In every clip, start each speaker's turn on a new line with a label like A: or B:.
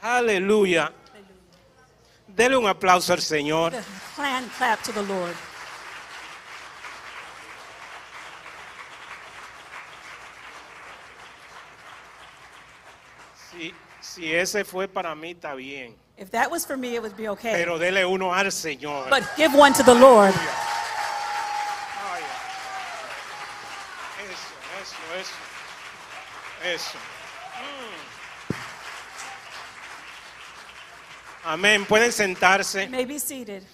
A: Aleluya. Dele un aplauso al Señor.
B: Hand clap to the Lord.
A: Si, si ese fue para mí, está bien.
B: If that was for me, it would be okay.
A: Pero dele uno al Señor.
B: But give one to the Lord.
A: Ay, ay. Eso, eso, eso. Eso. Mm. Amén. Pueden sentarse.
B: You may be seated.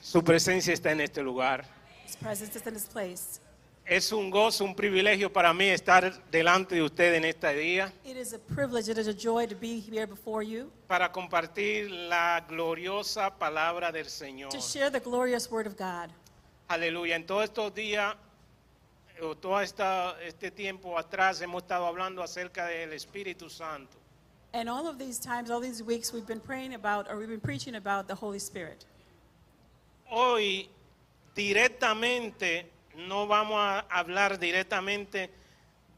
A: Su presencia está en este lugar.
B: His presence is in his place.
A: Es un gozo, un privilegio para mí estar delante de usted en este día
B: It is a privilege, it is a joy to be here before you
A: para compartir la gloriosa palabra del Señor.
B: to share the glorious word of God.
A: Aleluya. En todos estos días, o todo esta- este tiempo atrás, hemos estado hablando acerca del Espíritu Santo.
B: And all of these times, all these weeks, we've been praying about or we've been preaching about the Holy Spirit.
A: Hoy, directamente, no vamos a hablar directamente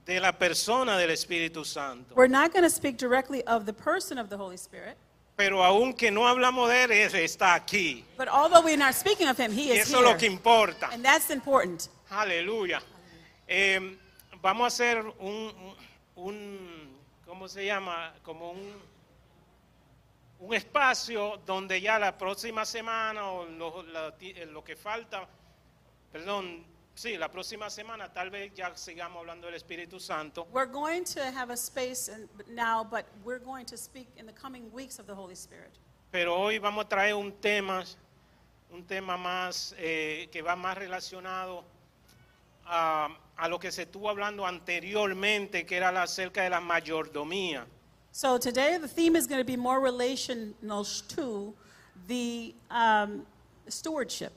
A: de la persona del Espíritu Santo.
B: We're not going to speak directly of the person of the Holy Spirit,
A: Pero aunque no hablamos de él, él está aquí.
B: but although we're not speaking of him, he
A: Y
B: is
A: eso es lo que
B: here.
A: importa.
B: And that's important.
A: Aleluya. Eh, vamos a hacer un, un, ¿cómo se llama? Como un, un espacio donde ya la próxima semana o lo, la ti- eh, lo que falta, perdón, sí, la próxima semana tal vez ya sigamos hablando del Espíritu Santo.
B: We're going to have a space in- now, but we're going to speak in the coming weeks of the Holy Spirit.
A: Pero hoy vamos a traer un tema, un tema más eh, que va más relacionado a, a lo que se estuvo hablando anteriormente, que era la- acerca de la mayordomía.
B: So today the theme is going to be more relational to the um, stewardship.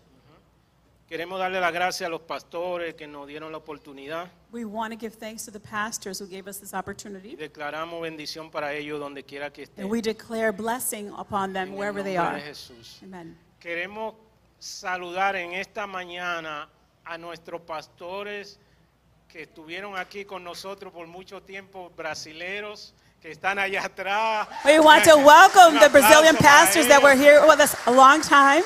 A: Queremos darle las gracias a los pastores que nos dieron la oportunidad
B: We want to give thanks to the pastors who gave us this
A: y
B: opportunity,
A: declaramos bendición para ellos donde quiera que estén.
B: and we declare blessing upon
A: En
B: them
A: el
B: wherever they
A: nombre
B: are.
A: de Jesús.
B: Amen.
A: Queremos saludar en esta mañana a nuestros pastores que estuvieron aquí con nosotros por mucho tiempo, brasileros que están allá atrás.
B: We want to welcome
A: Un
B: the Brazilian
A: aplauso para
B: pastors that
A: ellos.
B: were here with us a long time.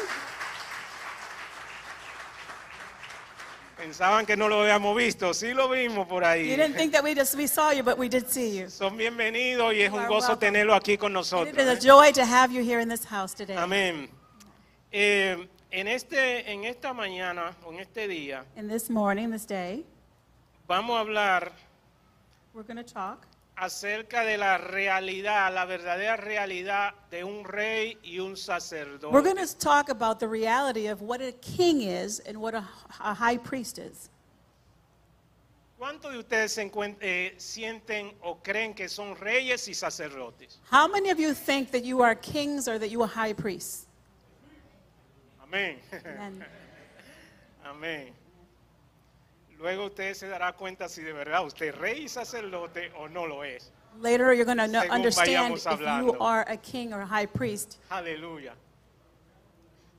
A: Pensaban que no lo habíamos visto, sí lo vimos por
B: You didn't
A: ahí.
B: think that we just we saw you, but we did see you.
A: Son bienvenidos y es
B: You
A: un
B: are
A: gozo
B: welcome.
A: tenerlo aquí con
B: And
A: nosotros.
B: It is
A: ¿eh?
B: a joy to have you here in this house today.
A: Amén. Eh, en, este, en esta mañana, o en este día,
B: And this morning, this day,
A: vamos a hablar
B: we're going to talk
A: acerca de la realidad, la verdadera realidad de un rey y un sacerdote.
B: We're going to talk about the reality of what a king is and what a, a high priest is.
A: ¿Cuántos de ustedes se encuent- eh, sienten o creen que son reyes y sacerdotes?
B: How many of you think that you are kings or that you are high priests?
A: Amén.
B: Amen.
A: Amén. Luego usted se dará cuenta si de verdad usted es rey y sacerdote o no lo es.
B: Later, you're going to
A: Según
B: understand
A: vayamos
B: if you
A: hablando.
B: are a king or a high priest.
A: Aleluya.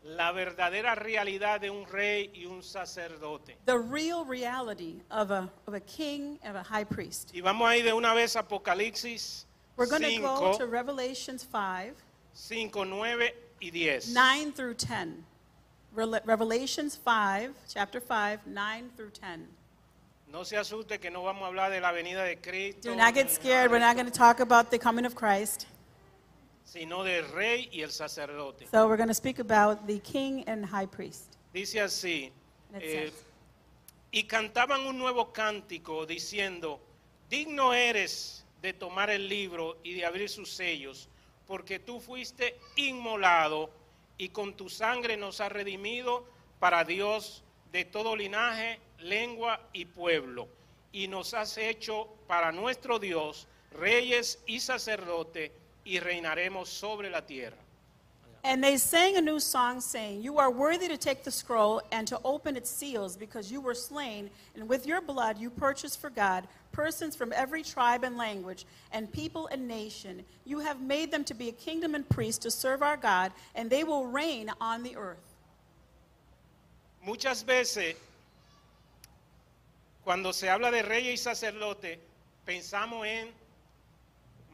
A: La verdadera realidad de un rey y un sacerdote.
B: The real reality of a, of a king and a high priest.
A: Y vamos a ir de una vez a Apocalipsis
B: We're going to go to
A: 5,
B: Revelations 5,
A: 5, 9 y 10.
B: 9 through 10. Rel- Revelations 5, chapter 5, 9 through 10.
A: No se asuste que no vamos a hablar de la venida de Cristo,
B: Do not get scared. We're not going to talk about the coming of Christ.
A: sino del rey y el sacerdote.
B: So we're going to speak about the king and high priest.
A: Dice así,
B: And it
A: eh,
B: says-
A: y cantaban un nuevo cántico diciendo, digno eres de tomar el libro y de abrir sus sellos, porque tú fuiste inmolado y con tu sangre nos has redimido para Dios de todo linaje, lengua y pueblo, y nos has hecho para nuestro Dios reyes y sacerdote, y reinaremos sobre la tierra.
B: And they sang a new song saying, You are worthy to take the scroll and to open its seals because you were slain, and with your blood you purchased for God persons from every tribe and language, and people and nation. You have made them to be a kingdom and priests to serve our God, and they will reign on the earth.
A: Muchas veces, cuando se habla de reyes y sacerdotes, pensamos en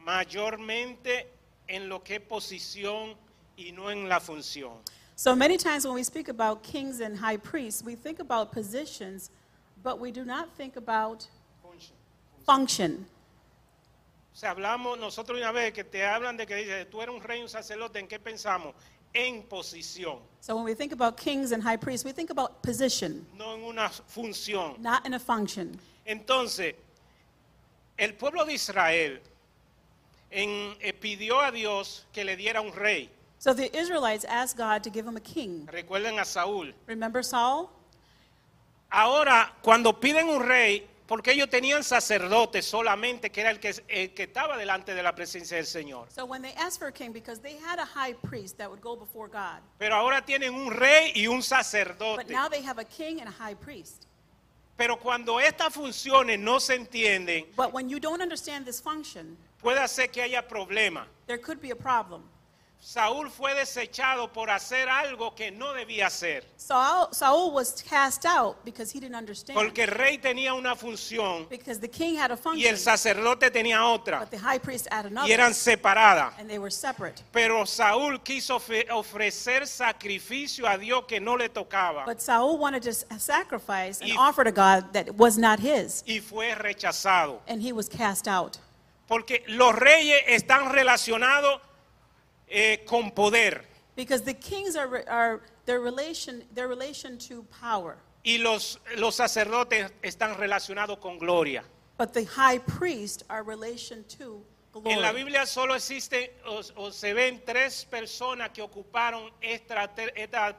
A: mayormente en lo que es posición y no en la función.
B: So many times when we speak about kings and high priests, we think about positions, but we do not think about function.
A: O sea, hablamos nosotros una vez que te hablan de que dice, tú eres un rey, un sacerdote, ¿en qué pensamos? En posición,
B: So when we think about kings and high priests, we think about position,
A: no en una función.
B: not in a function.
A: Entonces, el pueblo de Israel en- eh, pidió a Dios que le diera un rey.
B: So the Israelites asked God to give them a king.
A: Recuerden a Saúl.
B: Remember Saul?
A: Ahora, cuando piden un rey, porque ellos tenían sacerdote solamente, que era el que, el que estaba delante de la presencia del Señor.
B: So when they asked for a king, because they had a high priest that would go before God,
A: Pero ahora tienen un rey y un
B: but
A: sacerdote.
B: now they have a king and a high priest.
A: Pero cuando estas funciones no se entienden,
B: But when you don't understand this function,
A: puede hacer que haya problemas.
B: there could be a problem.
A: Saúl fue desechado por hacer algo que no debía hacer.
B: Saul, Saul was cast out because he didn't understand.
A: Porque el rey tenía una función
B: because the king had a
A: y
B: function,
A: el sacerdote tenía otra.
B: but the high priest had another,
A: Y eran separadas.
B: and they were separate.
A: Pero Saúl quiso ofre- ofrecer sacrificio a Dios que no le tocaba
B: But Saul wanted to s- sacrifice and
A: Y-
B: offer to God that was not his,
A: y fue rechazado.
B: and he was cast out.
A: Porque los reyes están relacionados eh, con poder
B: Because the kings are, re- are their, relation, their relation to power,
A: y los, los sacerdotes están relacionados con gloria.
B: but the high priest are relation to glory.
A: En la Biblia solo existen o, o se ven tres personas que ocuparon esta- estas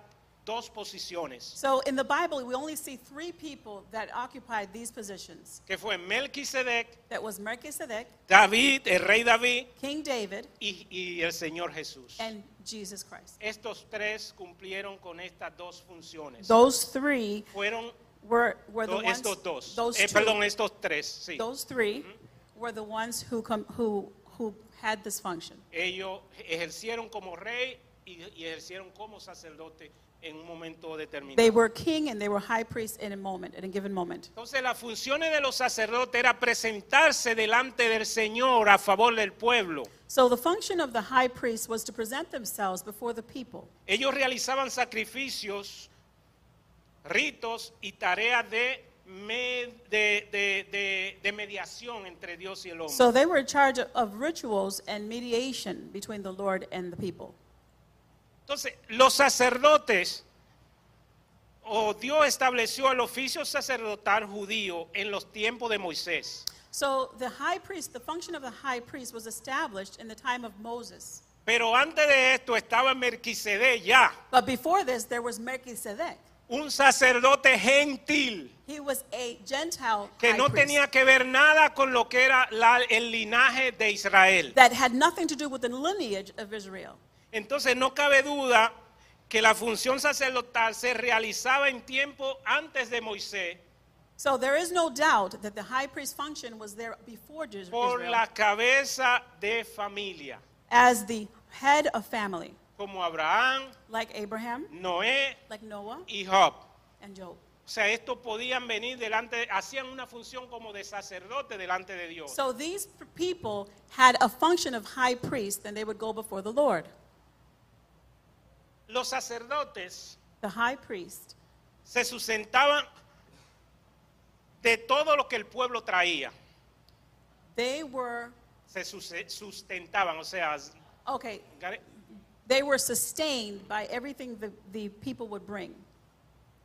A: dos posiciones,
B: So in the Bible, we only see three people that occupied these positions.
A: que fue Melquisedec,
B: That was Melchizedek,
A: David, el rey David
B: King David,
A: y, y el Señor Jesús.
B: and Jesus Christ.
A: Estos tres cumplieron con estas dos funciones.
B: Those three
A: Fueron
B: were, were the
A: do-
B: ones.
A: estos dos.
B: Those
A: Eh,
B: two-
A: perdón, estos tres, sí. Mm-hmm.
B: Those 3 were the ones who, com- who, who had this function.
A: Ellos ejercieron como rey y, y ejercieron como sacerdote en un momento determinado.
B: They were king and they were high priest in a moment, in a given moment.
A: Entonces las funciones de los sacerdotes era presentarse delante del Señor a favor del pueblo.
B: So the function of the high priest was to present themselves before the people.
A: Ellos realizaban sacrificios, ritos y tareas de, me- de- de- de- de mediación entre Dios y el hombre.
B: So they were in charge of- of rituals and mediation between the Lord and the people.
A: Entonces, los sacerdotes, o Dios estableció el oficio sacerdotal judío en los tiempos de Moisés,
B: So the high priest, the function of the high priest was established in the time of Moses.
A: pero antes de esto estaba Melquisedec ya,
B: But before this, there was Melchizedek.
A: un sacerdote gentil
B: He was a Gentile
A: que
B: high
A: no
B: priest
A: tenía que ver nada con lo que era la- el linaje de Israel.
B: that had nothing to do with the lineage of Israel.
A: Entonces no cabe duda que la función sacerdotal se realizaba en tiempo antes de Moisés
B: So there is no doubt that the high priest function was there before Jes- Israel
A: por la cabeza de familia,
B: as the head of family,
A: como Abraham,
B: like Abraham,
A: Noé
B: like Noah,
A: y Job.
B: and Job.
A: O sea, estos podían venir delante, hacían una función como de sacerdote delante de Dios.
B: So these p- people had a function of high priest, and they would go before the Lord.
A: Los sacerdotes
B: The high priest,
A: se sustentaban de todo lo que el pueblo traía.
B: they were,
A: Se suse- sustentaban, o sea,
B: okay,
A: gare-
B: they were sustained by everything the, the people would bring.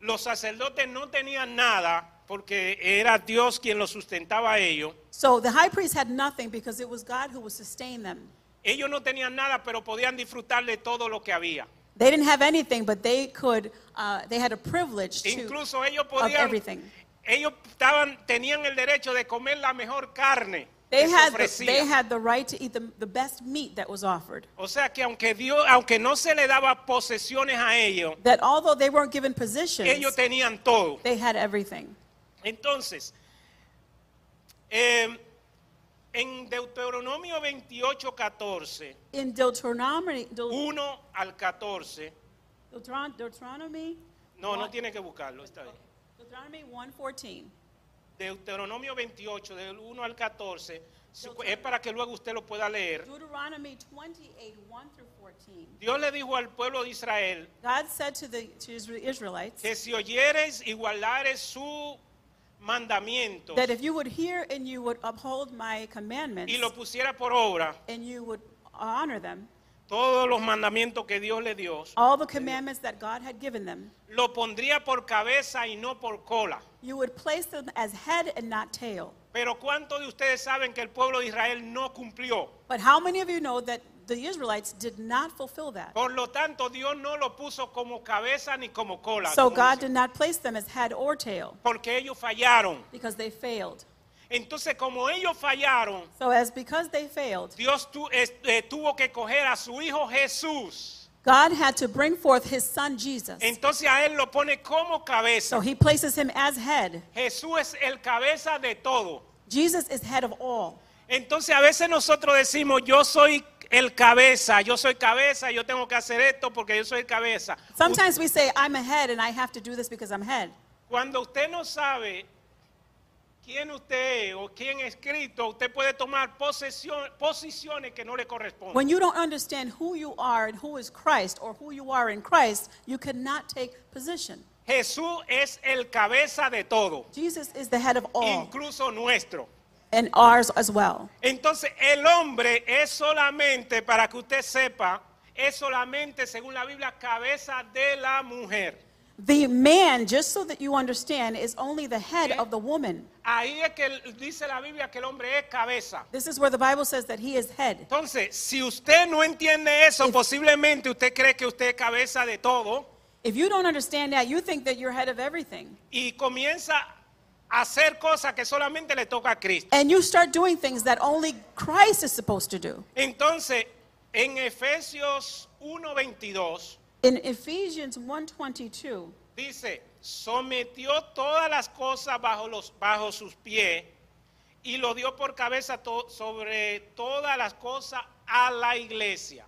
A: los sacerdotes no tenían nada porque era Dios quien los sustentaba a ellos.
B: So the high priest had nothing because it was God who would sustain them.
A: Ellos no tenían nada, pero podían disfrutar de todo lo que había.
B: They didn't have anything, but they could, uh, they had a privilege to.
A: Incluso ellos
B: of
A: podían,
B: everything.
A: ellos estaban, tenían el derecho de comer la mejor carne
B: They
A: que se
B: had, the,
A: ofrecía.
B: they had the right to eat the, the best meat that was offered.
A: O sea que aunque Dios, aunque no se le daba posesiones a ellos,
B: That although they weren't given positions,
A: ellos tenían todo.
B: they had everything.
A: Entonces, eh, en Deuteronomio 28, 14,
B: In Deuteronomy, Deut-
A: 1 al 14,
B: Deuteron- Deuteronomy,
A: no, no
B: What?
A: tiene que buscarlo, está bien.
B: Deuteronomy 1:14,
A: Deuteronomio 28, del 1 al 14, Si- Es para que luego usted lo pueda leer.
B: Deuteronomy 28, 1 through 14.
A: Dios le dijo al pueblo de Israel
B: God said to the to Isra- Israelites
A: que si oyeres y guardares su mandamiento
B: that if you would hear and you would uphold my commandments
A: y lo pusiera por obra,
B: and you would honor them,
A: todos los mandamientos que Dios le dio,
B: all the commandments that God had given them,
A: lo pondría por cabeza y no por cola.
B: you would place them as head and not tail.
A: Pero ¿cuántos de ustedes saben que el pueblo de Israel no cumplió?
B: But how many of you know that the Israelites did not fulfill that?
A: Por lo tanto, Dios no lo puso como cabeza ni como cola.
B: So
A: como
B: God
A: dice,
B: did not place them as head or tail
A: porque ellos fallaron.
B: because they failed.
A: Entonces, como ellos fallaron,
B: So as because they failed,
A: Dios tu- es- eh, tuvo que coger a su hijo Jesús.
B: God had to bring forth his son Jesus.
A: Entonces a él lo pone como cabeza.
B: So he places him as head.
A: Jesús es el cabeza de todo.
B: Jesus is head of all.
A: Entonces a veces nosotros decimos, yo soy el cabeza, yo soy cabeza, yo tengo que hacer esto porque yo soy cabeza.
B: Sometimes we say, I'm a head and I have to do this because I'm head.
A: Cuando usted no sabe quién usted es o quién es Cristo, usted puede tomar posesión- posiciones que no le corresponden.
B: When you don't understand who you are and who is Christ or who you are in Christ, you cannot take position.
A: Jesús es el cabeza de todo,
B: Jesus is the head of all
A: incluso nuestro.
B: and ours as well.
A: Entonces el hombre es solamente, para que usted sepa, es solamente, según la Biblia, cabeza de la mujer.
B: The man, just so that you understand, is only the head of the woman.
A: Ahí es que el- dice la Biblia que el hombre es cabeza.
B: This is where the Bible says that he is head.
A: Entonces, si usted no entiende eso,
B: If-
A: posiblemente usted cree que usted es cabeza de todo
B: If you don't understand that, you think that you're head of everything.
A: y comienza a hacer cosas que solamente le toca a Cristo.
B: And you start doing things that only Christ is supposed to do.
A: Entonces, en Efesios 1:22
B: In Ephesians 1:22,
A: Dice, sometió todas las cosas bajo, los, bajo sus pies y lo dio por cabeza to- sobre todas las cosas a la iglesia.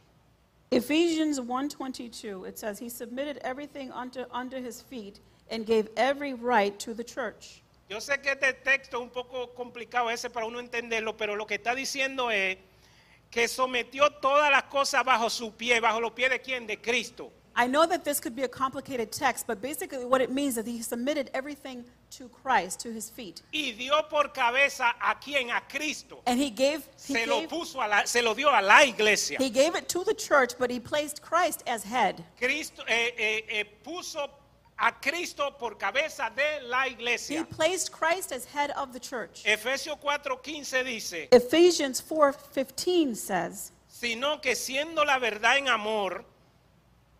B: Ephesians 1:22, it says he submitted everything unto under his feet and gave every right to the church.
A: Yo sé que este texto es un poco complicado ese para uno entenderlo, pero lo que está diciendo es que sometió todas las cosas bajo su pie, bajo los pies de quién, de Cristo.
B: I know that this could be a complicated text, but basically what it means is that he submitted everything to Christ, to his feet.
A: Y dio por cabeza a quién, a Cristo.
B: And he gave he
A: Se lo
B: gave,
A: puso a la- se lo dio a la iglesia.
B: he gave it to the church, but he placed Christ as head.
A: Cristo eh, eh, eh, puso a Cristo por cabeza de la
B: He
A: iglesia.
B: placed Christ as head of the church.
A: Efesios 4:15 dice,
B: Ephesians 4:15 says,
A: sino que siendo la verdad en amor,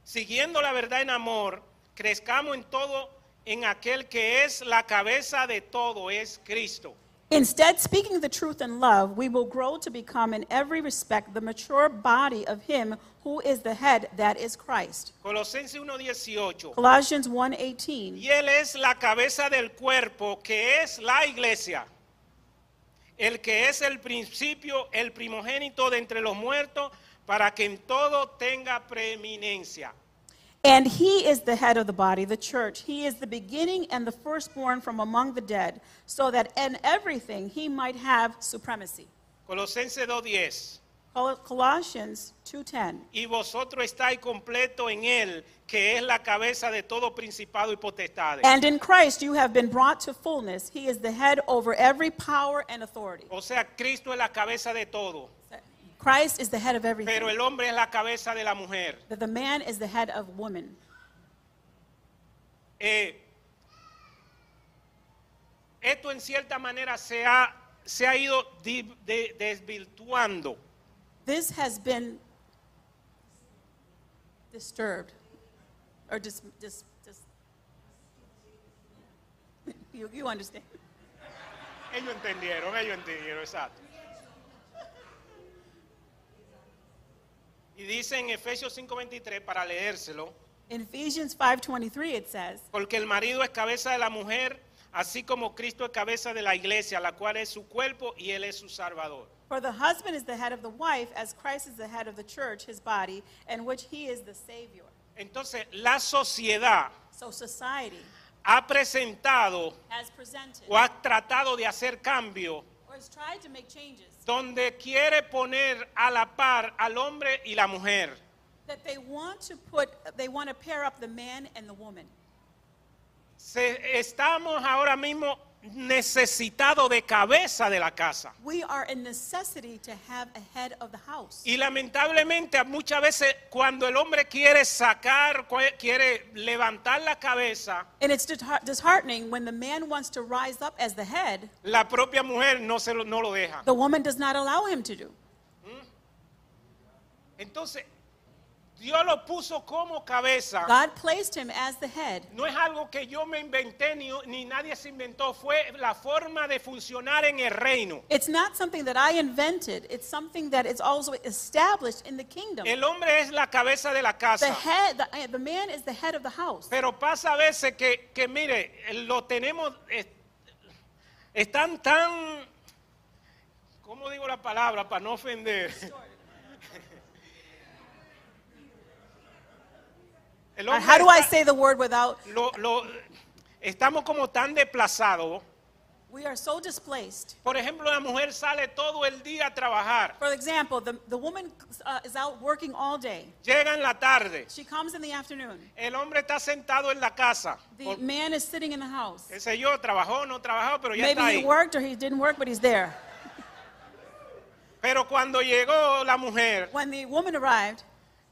A: siguiendo la verdad en amor, crezcamos en todo en aquel que es la cabeza de todo, es Cristo.
B: Instead, speaking the truth in love, we will grow to become in every respect the mature body of him who is the head, that is Christ.
A: Colosenses 1:18.
B: Colossians 1:18.
A: Y él es la cabeza del cuerpo, que es la iglesia. El que es el principio, el primogénito de entre los muertos, para que en todo tenga preeminencia.
B: And he is the head of the body, the church. He is the beginning and the firstborn from among the dead, so that in everything he might have supremacy.
A: Colosenses 2.10.
B: Col- Colossians 2:10.
A: Y vosotros estáis completo en él, que es la cabeza de todo principado y potestades.
B: And in Christ you have been brought to fullness. He is the head over every power and authority.
A: O sea, Cristo es la cabeza de todo,
B: Christ is the head of everything.
A: pero el hombre es la cabeza de la mujer.
B: That the man is the head of woman.
A: Eh, esto en cierta manera se ha, se ha ido di- de- desvirtuando.
B: This has been disturbed or dis, dis, dis you, you understand.
A: Ellos entendieron, ellos entendieron, exacto. Y dice en Efesios 5:23, para leérselo,
B: In Ephesians 5:23 it says,
A: porque el marido es cabeza de la mujer, así como Cristo es cabeza de la iglesia, la cual es su cuerpo y él es su salvador.
B: "For the husband is the head of the wife as Christ is the head of the church, his body, and which he is the savior."
A: Entonces, la sociedad
B: So society
A: ha presentado
B: has presented
A: o ha tratado de hacer cambio
B: or has tried to make changes
A: donde quiere poner a la par al hombre y la mujer.
B: that they want to put, they want to pair up the man and the woman.
A: Se- estamos ahora mismo necesitados de cabeza de la casa.
B: We are in necessity to have a head of the house.
A: Y lamentablemente muchas veces cuando el hombre quiere sacar, cue- quiere levantar la cabeza,
B: And it's disheart- disheartening when the man wants to rise up as the head,
A: la propia mujer no, se lo, no lo deja.
B: the woman does not allow him to do.
A: Entonces, Dios lo puso como cabeza.
B: God placed him as the head.
A: No es algo que yo me inventé ni, ni nadie se inventó, fue la forma de funcionar en el reino.
B: It's not something that I invented, it's something that is also established in the kingdom.
A: El hombre es la cabeza de la
B: The
A: casa.
B: head, the, uh, the man is the head of the house.
A: Pero pasa a veces que, que mire, lo tenemos, es- están tan, ¿cómo digo la palabra para no ofender? El
B: Or
A: hombre
B: how do I
A: está-
B: say the word without?
A: lo- lo- estamos como tan desplazados.
B: We are so displaced.
A: Por ejemplo, la mujer sale todo el día a trabajar,
B: For example, the, the woman uh, is out working all day.
A: llega en la tarde,
B: She comes in the afternoon.
A: el hombre está sentado en la casa.
B: The
A: Por-
B: man is sitting in the house.
A: qué sé yo, trabajó, no trabajó, pero ya
B: Maybe
A: está
B: he
A: ahí.
B: worked or he didn't work, but he's there.
A: Pero cuando llegó la mujer,
B: When the woman arrived,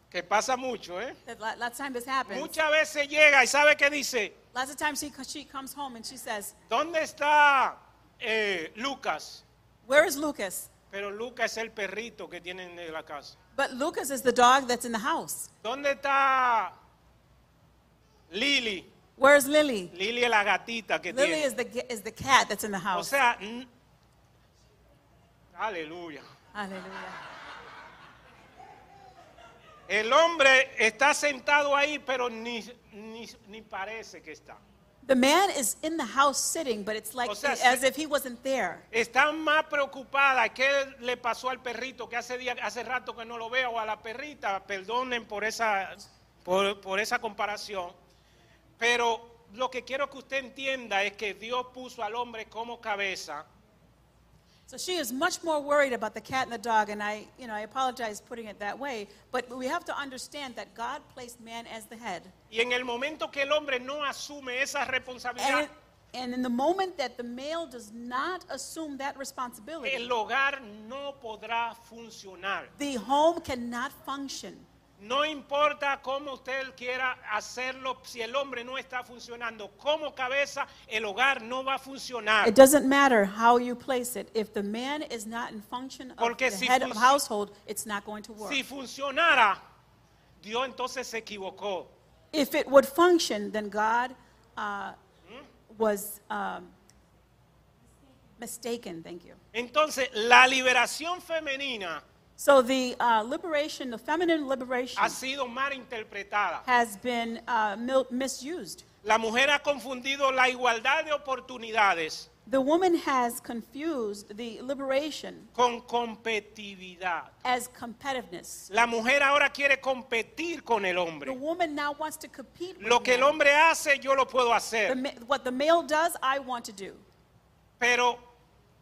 A: que pasa mucho, ¿eh?
B: that lot- lots of times this happens.
A: Muchas veces llega y sabe qué dice,
B: Lots of times she, she comes home and she says,
A: ¿dónde está eh, Lucas?
B: Where is Lucas?
A: Pero Lucas es el perrito que tienen en la casa.
B: But Lucas is the dog that's in the house.
A: ¿Dónde está Lili?
B: Where is Lily?
A: Lili es la gatita que
B: Lily
A: tiene.
B: is the, g- is the cat that's in the
A: O
B: house.
A: sea, n- aleluya.
B: Hallelujah.
A: El hombre está sentado ahí, pero ni, ni, ni parece que está.
B: The man is in the house sitting, but it's like
A: O sea,
B: as
A: si-
B: if he wasn't there.
A: Está más preocupada qué le pasó al perrito que hace día, hace rato que no lo veo o a la perrita, perdonen por esa por, por esa comparación, pero lo que quiero que usted entienda es que Dios puso al hombre como cabeza
B: So she is much more worried about the cat and the dog, and I, you know, I apologize putting it that way, but we have to understand that God placed man as the head.
A: y en el momento que el hombre no asume esa
B: And,
A: responsabilidad,
B: it- and in the moment that the male does not assume that responsibility,
A: el hogar no podrá funcionar.
B: the home cannot function.
A: No importa cómo usted quiera hacerlo, si el hombre no está funcionando como cabeza, el hogar no va a funcionar.
B: It doesn't matter how you place it. If the man is not in function of
A: Porque
B: the
A: si
B: head of
A: func-
B: household, it's not going to work.
A: Si funcionara, Dios entonces se equivocó.
B: If it would function, then God uh, was um, mistaken. Thank you.
A: Entonces, la liberación femenina
B: So the uh, liberation, the feminine liberation,
A: ha sido mal interpretada.
B: has been uh, mil- misused.
A: La mujer ha confundido la igualdad de oportunidades
B: The woman has confused the liberation
A: con competitividad.
B: as competitiveness.
A: La mujer ahora quiere competir con el
B: The
A: hombre.
B: woman now wants to compete with
A: Lo que el
B: men.
A: hombre hace, yo lo puedo
B: The
A: hacer.
B: ma- what the male does, I want to do.
A: Pero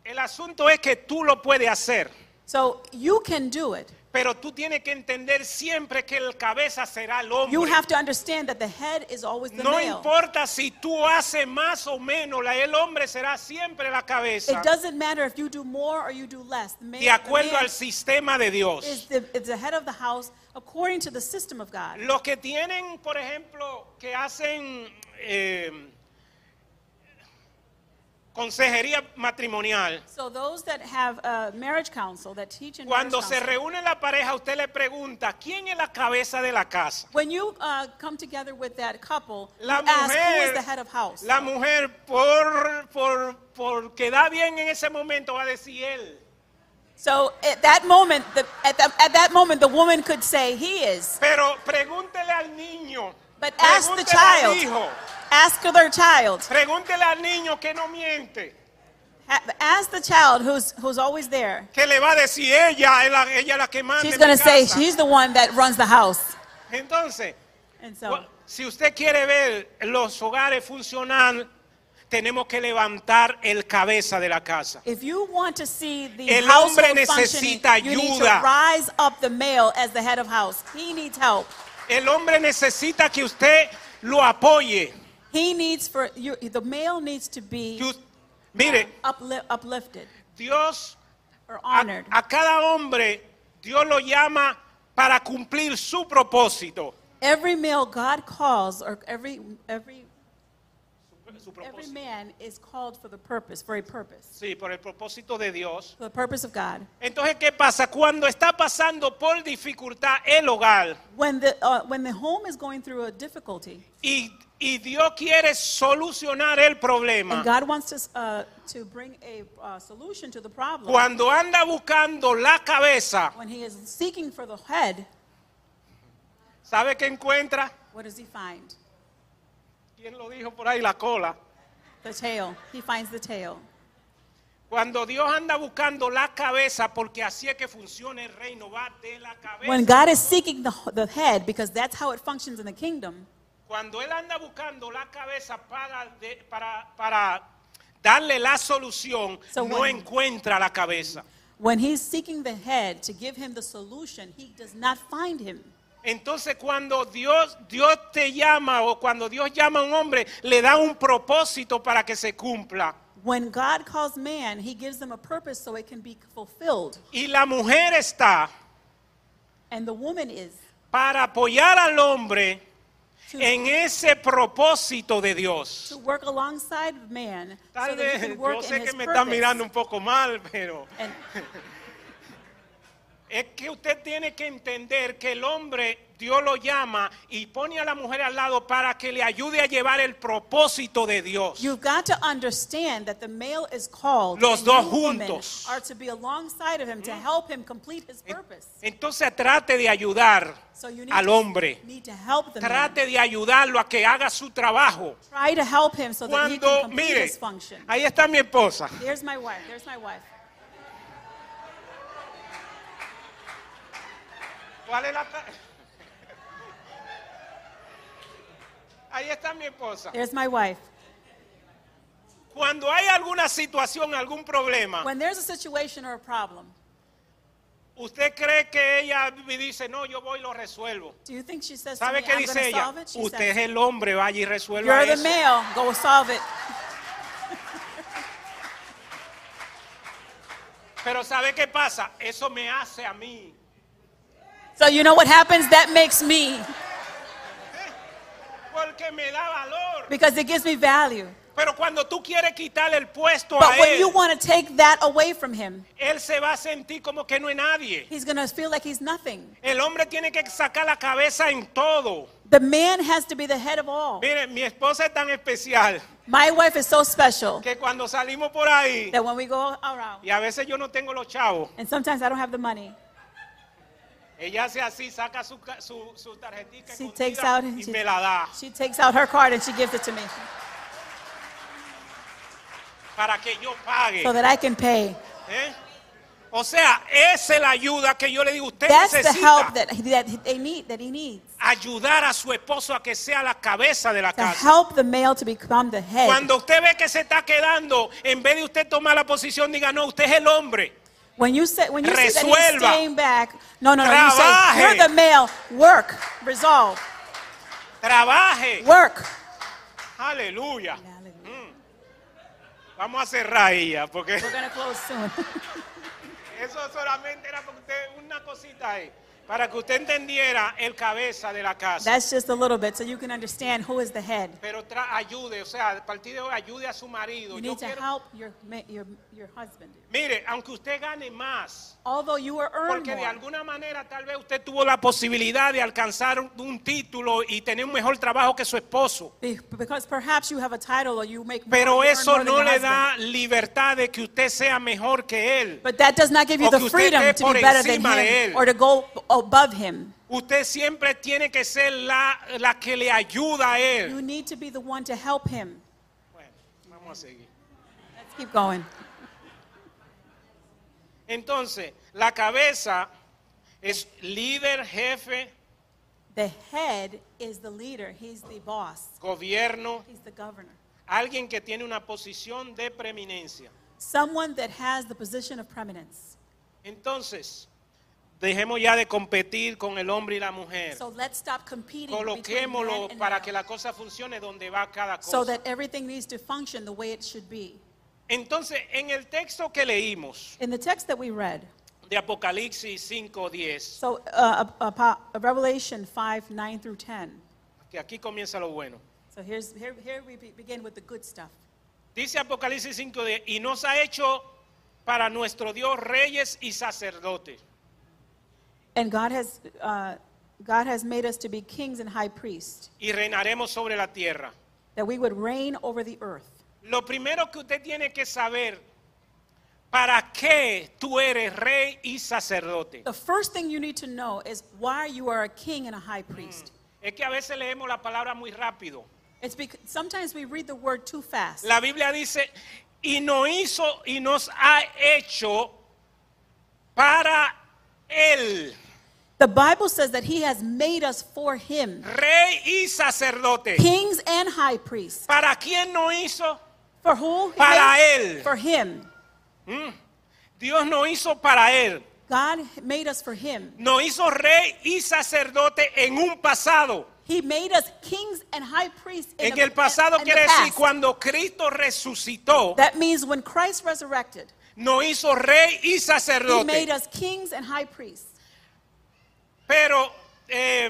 A: el asunto es que tú lo puedes hacer.
B: So you can do it.
A: Pero tú tienes que entender siempre que el cabeza será el hombre.
B: You have to understand that the head is always the
A: No
B: male.
A: importa si tú haces más o menos, la- el hombre será siempre la cabeza
B: It doesn't matter if you do more or you do less. The man,
A: de
B: the
A: acuerdo
B: man
A: al sistema de
B: is
A: Dios.
B: the, is the head of the house according to the system of God.
A: Los que tienen, por ejemplo, que hacen eh, consejería matrimonial,
B: So those that have uh, marriage counsel that teach in marriage
A: cuando se
B: counsel,
A: reúne la pareja, usted le pregunta, ¿quién es la cabeza de la casa?
B: when you uh, come together with that couple,
A: La
B: you ask who is
A: mujer,
B: the head of house.
A: la mujer por, por, por quedar bien en ese momento va a decir él.
B: so at that moment, the, at, the, at that moment, the woman could say, "He is."
A: Pero pregúntele al niño.
B: But ask the
A: pregúntele
B: child.
A: al hijo.
B: Ask their child.
A: Pregúntele al niño que no miente.
B: Ha- Ask the child who's who's always there.
A: Que le va a decir ella, es la- ella es la que manda.
B: She's
A: en mi
B: gonna say
A: casa.
B: she's the one that runs the house.
A: Entonces,
B: And so,
A: cu- si usted quiere ver los hogares funcionar, tenemos que levantar el cabeza de la casa.
B: If you want to see the
A: El
B: household
A: hombre
B: functioning,
A: necesita
B: you need to
A: ayuda.
B: rise up the male as the head of house. He needs help.
A: El hombre necesita que usted lo apoye.
B: He needs for you, the male needs to
A: que
B: be
A: us- mire,
B: upli- uplifted
A: Dios
B: or
A: a,
B: honored.
A: a cada hombre, Dios lo llama para cumplir su propósito.
B: Every male God calls, or every every
A: Su
B: every
A: propósito.
B: man is called for the purpose, for a purpose,
A: Sí, por el propósito de Dios.
B: for the purpose of God.
A: Entonces, ¿qué pasa? Cuando está pasando por dificultad el hogar
B: When the uh, when the home is going through a difficulty,
A: y, y Dios quiere solucionar el problema,
B: and God wants us uh, to bring a uh, solution to the problem,
A: cuando anda buscando la cabeza,
B: when He is seeking for the head,
A: ¿sabe qué encuentra?
B: what does He find?
A: ¿Quién lo dijo por ahí? La cola.
B: The tail. He finds the tail.
A: Cuando Dios anda buscando la cabeza, porque así es que funciona el reino, va de la cabeza.
B: When God is seeking the, the head, because that's how it functions in the kingdom,
A: Cuando Él anda buscando la cabeza para, de- para, para darle la solución,
B: So
A: no
B: when-
A: encuentra la cabeza.
B: when He's seeking the head to give Him the solution, He does not find Him.
A: Entonces cuando Dios, Dios te llama o cuando Dios llama a un hombre, le da un propósito para que se cumpla.
B: When God calls man, He gives them a purpose so it can be fulfilled.
A: Y la mujer está
B: And the woman is
A: para apoyar al hombre
B: to,
A: en ese propósito de Dios.
B: to work alongside man so
A: Tal
B: that
A: vez,
B: he can
A: yo
B: work in
A: sé
B: his
A: que me están mirando
B: purpose.
A: un poco mal, pero
B: And
A: es que usted tiene que entender que el hombre, Dios lo llama y pone a la mujer al lado para que le ayude a llevar el propósito de Dios.
B: you've got to understand that the male is called
A: Los
B: and
A: dos
B: you women
A: juntos.
B: are to be alongside of him to help him complete his
A: En-
B: purpose.
A: Entonces trate de ayudar
B: So you need,
A: al
B: to,
A: hombre.
B: need to help the man.
A: Trate de ayudarlo a que haga su trabajo.
B: Try to help him so that he can
A: Cuando,
B: complete
A: mire,
B: his function.
A: ahí está mi esposa.
B: There's my wife. There's my wife.
A: ¿Cuál es la ta- Ahí está mi esposa.
B: There's my wife.
A: Cuando hay alguna situación, algún problema,
B: When there's a situation or a problem,
A: ¿Usted cree que ella me dice, no, yo voy y lo resuelvo?
B: do you think she says to me,
A: ¿Sabe qué
B: I'm
A: dice
B: going to
A: ella?
B: solve it? She
A: Usted es
B: says,
A: el hombre, vaya y resuelva
B: You're the
A: eso.
B: male. Go solve it.
A: Pero ¿sabe qué pasa? Eso me hace a mí.
B: So you know what happens? That makes me
A: Porque me da valor.
B: because it gives me value.
A: Pero cuando tú quieres quitarle el puesto a
B: But when
A: él,
B: you want to take that away from him,
A: él se va a sentir como que no es nadie.
B: he's going to feel like he's nothing.
A: El hombre tiene que sacar la cabeza en todo.
B: The man has to be the head of all.
A: Mire, mi esposa es tan especial
B: My wife is so special
A: que cuando salimos por ahí,
B: that when we go around,
A: y a veces yo no tengo los chavos,
B: and sometimes I don't have the money,
A: ella hace así, saca su, ca- su, su tarjetita
B: she
A: escondida
B: takes out
A: y
B: she,
A: me la da.
B: she takes out her card and she gives it to me
A: para que yo pague.
B: so that I can pay.
A: ¿eh? O sea, esa es la ayuda que yo le digo. Usted
B: That's the
A: necesita
B: help that, that they need that he needs
A: ayudar a su esposo a que sea la cabeza de la
B: to
A: casa.
B: help the male to become the head.
A: Cuando usted ve que se está quedando, en vez de usted tomar la posición, diga, no, usted es el hombre.
B: When you say when you see that he's
A: Resuelva.
B: staying back, no, no, no, you say
A: Trabaje.
B: you're the male. Work, resolve,
A: Trabaje.
B: work.
A: Aleluya. Vamos a cerrar ella, porque
B: We're gonna close soon.
A: eso solamente era para usted, una cosita ahí, para que usted entendiera el cabeza de la casa.
B: That's just a little bit, so you can understand who is the head.
A: Pero tra- ayude, o sea, a partir de hoy ayude a su marido.
B: You
A: Yo
B: need to
A: quiero-
B: help your ma- your your husband.
A: Mire, aunque usted gane más,
B: Although you are earned
A: porque de
B: more,
A: alguna manera tal vez usted tuvo la posibilidad de alcanzar un, un título y tener un mejor trabajo que su esposo,
B: be- because perhaps you have a title or you make more, you
A: pero
B: earn
A: eso
B: more than
A: no
B: your
A: le da
B: husband.
A: libertad de que usted sea mejor que él.
B: But that does not give you
A: O
B: the
A: que usted
B: freedom
A: esté
B: to
A: por
B: be better than
A: encima de
B: him
A: él.
B: or to go above him.
A: Usted siempre tiene que ser la, la que le ayuda a él.
B: You need to be the one to help him.
A: Bueno, vamos a seguir.
B: Let's keep going.
A: Entonces, la cabeza es líder, jefe,
B: The head is the leader. He's the boss.
A: gobierno,
B: He's the governor.
A: Alguien que tiene una posición de preeminencia.
B: someone that has the position of preeminence.
A: Entonces, dejemos ya de competir con el hombre y la mujer.
B: So let's stop competing between man
A: Coloquémoslo
B: and
A: para
B: man
A: que la cosa funcione donde va cada cosa.
B: so that everything needs to function the way it should be.
A: Entonces, en el texto que leímos
B: In the text that we read,
A: de Apocalipsis 5:10,
B: so uh, Apo- Revelation 5, 9 through 10.
A: que aquí comienza lo bueno.
B: So here's, here, here we be- begin with the good stuff.
A: Dice Apocalipsis 5:10, y nos ha hecho para nuestro Dios reyes y sacerdotes.
B: And God has, uh, God has made us to be kings and high priests,
A: y reinaremos sobre la tierra.
B: that we would reign over the earth.
A: Lo primero que usted tiene que saber, ¿para qué tú eres rey y sacerdote?
B: The first thing you need to know is why you are a king and a high priest.
A: Es que a veces leemos la palabra muy rápido.
B: It's because sometimes we read the word too fast.
A: La Biblia dice, y no hizo y nos ha hecho para él,
B: The Bible says that he has made us for him,
A: rey y sacerdote.
B: kings and high priests.
A: ¿Para quién no hizo?
B: For who?
A: Para
B: Him?
A: él.
B: For him.
A: Dios no hizo para él.
B: God made us for him.
A: No hizo rey y sacerdote en un pasado.
B: He made us kings and high priests in
A: En
B: the,
A: el pasado
B: in the
A: quiere decir
B: past.
A: cuando Cristo resucitó,
B: That means when Christ resurrected,
A: nos hizo rey y
B: he made
A: sacerdote.
B: us kings and high priests.
A: Pero eh,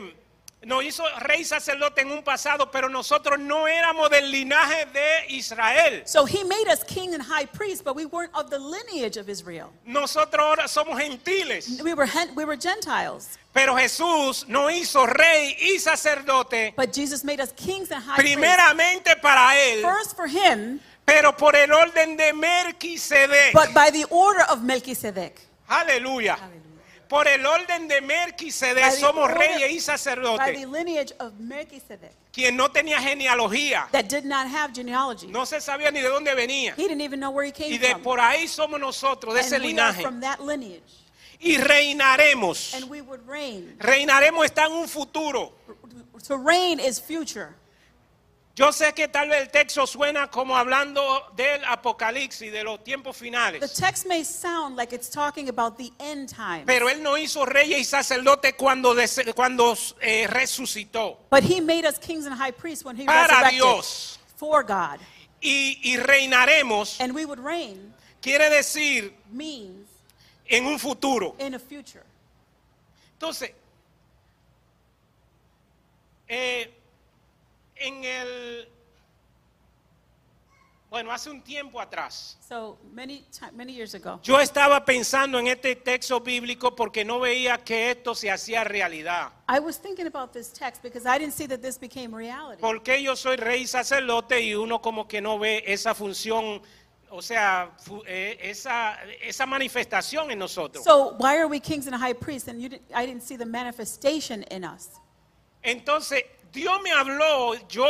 A: nos hizo rey y sacerdote en un pasado, pero nosotros no éramos del linaje de Israel.
B: So he made us king and high priests, but we weren't of the lineage of Israel.
A: Nosotros ahora somos gentiles.
B: We were, hen- we were Gentiles.
A: Pero Jesús nos hizo rey y sacerdote
B: But Jesus made us kings and high priests.
A: primeramente para él,
B: First for him,
A: pero por el orden de Melquisedec.
B: but by the order of Melchizedek.
A: Aleluya. Por el orden de Melquisedec
B: By the
A: somos
B: order-
A: reyes y
B: by
A: sacerdotes.
B: the lineage of Melchizedek
A: quien no tenía genealogía,
B: that did not have genealogy.
A: no se sabía ni de dónde venía.
B: He didn't even know where he came
A: Y de
B: from.
A: por ahí somos nosotros, de ese
B: and we are
A: linaje.
B: from that lineage.
A: Y reinaremos.
B: And we would reign.
A: Reinaremos está en un futuro.
B: To reign is future.
A: Yo sé que tal vez el texto suena como hablando del apocalipsis, de los tiempos
B: The
A: finales.
B: text may sound like it's talking about the end time.
A: Pero él no hizo reyes y sacerdotes cuando, des- cuando eh, resucitó.
B: But he made us kings and high priests when he
A: Para
B: resurrected
A: Dios.
B: for God.
A: Y, y reinaremos
B: And we would reign
A: quiere decir
B: means
A: en un futuro.
B: in a future.
A: Entonces, eh, en el, bueno, hace un tiempo atrás,
B: So many ti- many years ago,
A: yo estaba pensando en este texto bíblico porque no veía que esto se hacía realidad.
B: I was thinking about this text because I didn't see that this became reality.
A: Porque yo soy rey y sacerdote y uno como que no ve esa función, o sea, fu- eh, esa, esa manifestación en nosotros.
B: So why are we kings and high priests? And you didn't, I didn't see the manifestation in us.
A: Entonces, Dios me habló, yo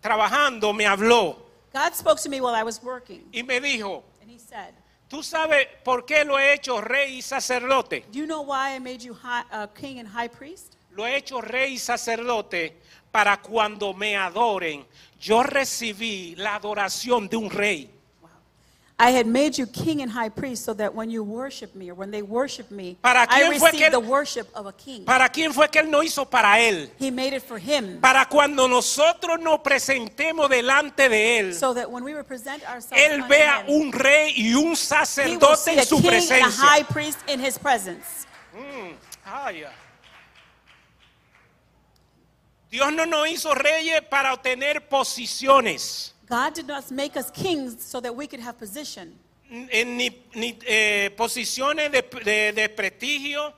A: trabajando me habló
B: God spoke to me while I was working,
A: y me dijo,
B: and He said,
A: ¿Tú sabes por qué lo he hecho rey y sacerdote?
B: "Do you know why I made you high, uh, king and high priest?
A: Lo he hecho rey y sacerdote para cuando me adoren. Yo recibí la adoración de un rey.
B: I had made you king and high priest, so that when you worship me or when they worship me,
A: ¿Para
B: I
A: quién fue
B: receive
A: que-
B: the worship of a king."
A: ¿Para quién fue que él no hizo para él?
B: He made it for him,
A: Para cuando nosotros nos presentemos delante de él,
B: so that when we would present ourselves,
A: él
B: unto
A: vea
B: him,
A: un rey y un
B: he will
A: sacerdote
B: see
A: en
B: a
A: su
B: king and a high
A: presencia.
B: priest in his presence.
A: Mm, ay, ay. Dios no nos hizo reyes para obtener posiciones.
B: God did not make us kings so that we could have position,
A: en ni, ni, eh, posiciones de, de- de prestigio,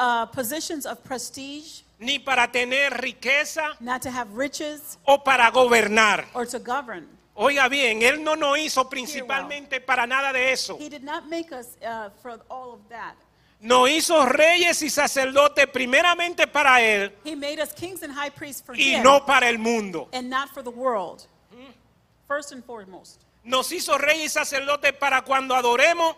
B: uh, positions of prestige,
A: ni para tener riqueza
B: not to have riches
A: o para gobernar.
B: or to govern.
A: Oiga bien, Él no nos hizo principalmente para nada de eso.
B: He did not make us uh, for all of that.
A: Nos hizo reyes y sacerdotes primeramente para Él
B: He made us kings and high priests for
A: y
B: him
A: no para el mundo.
B: and not for the world. First and foremost.
A: Nos hizo reyes y sacerdotes para cuando adoremos,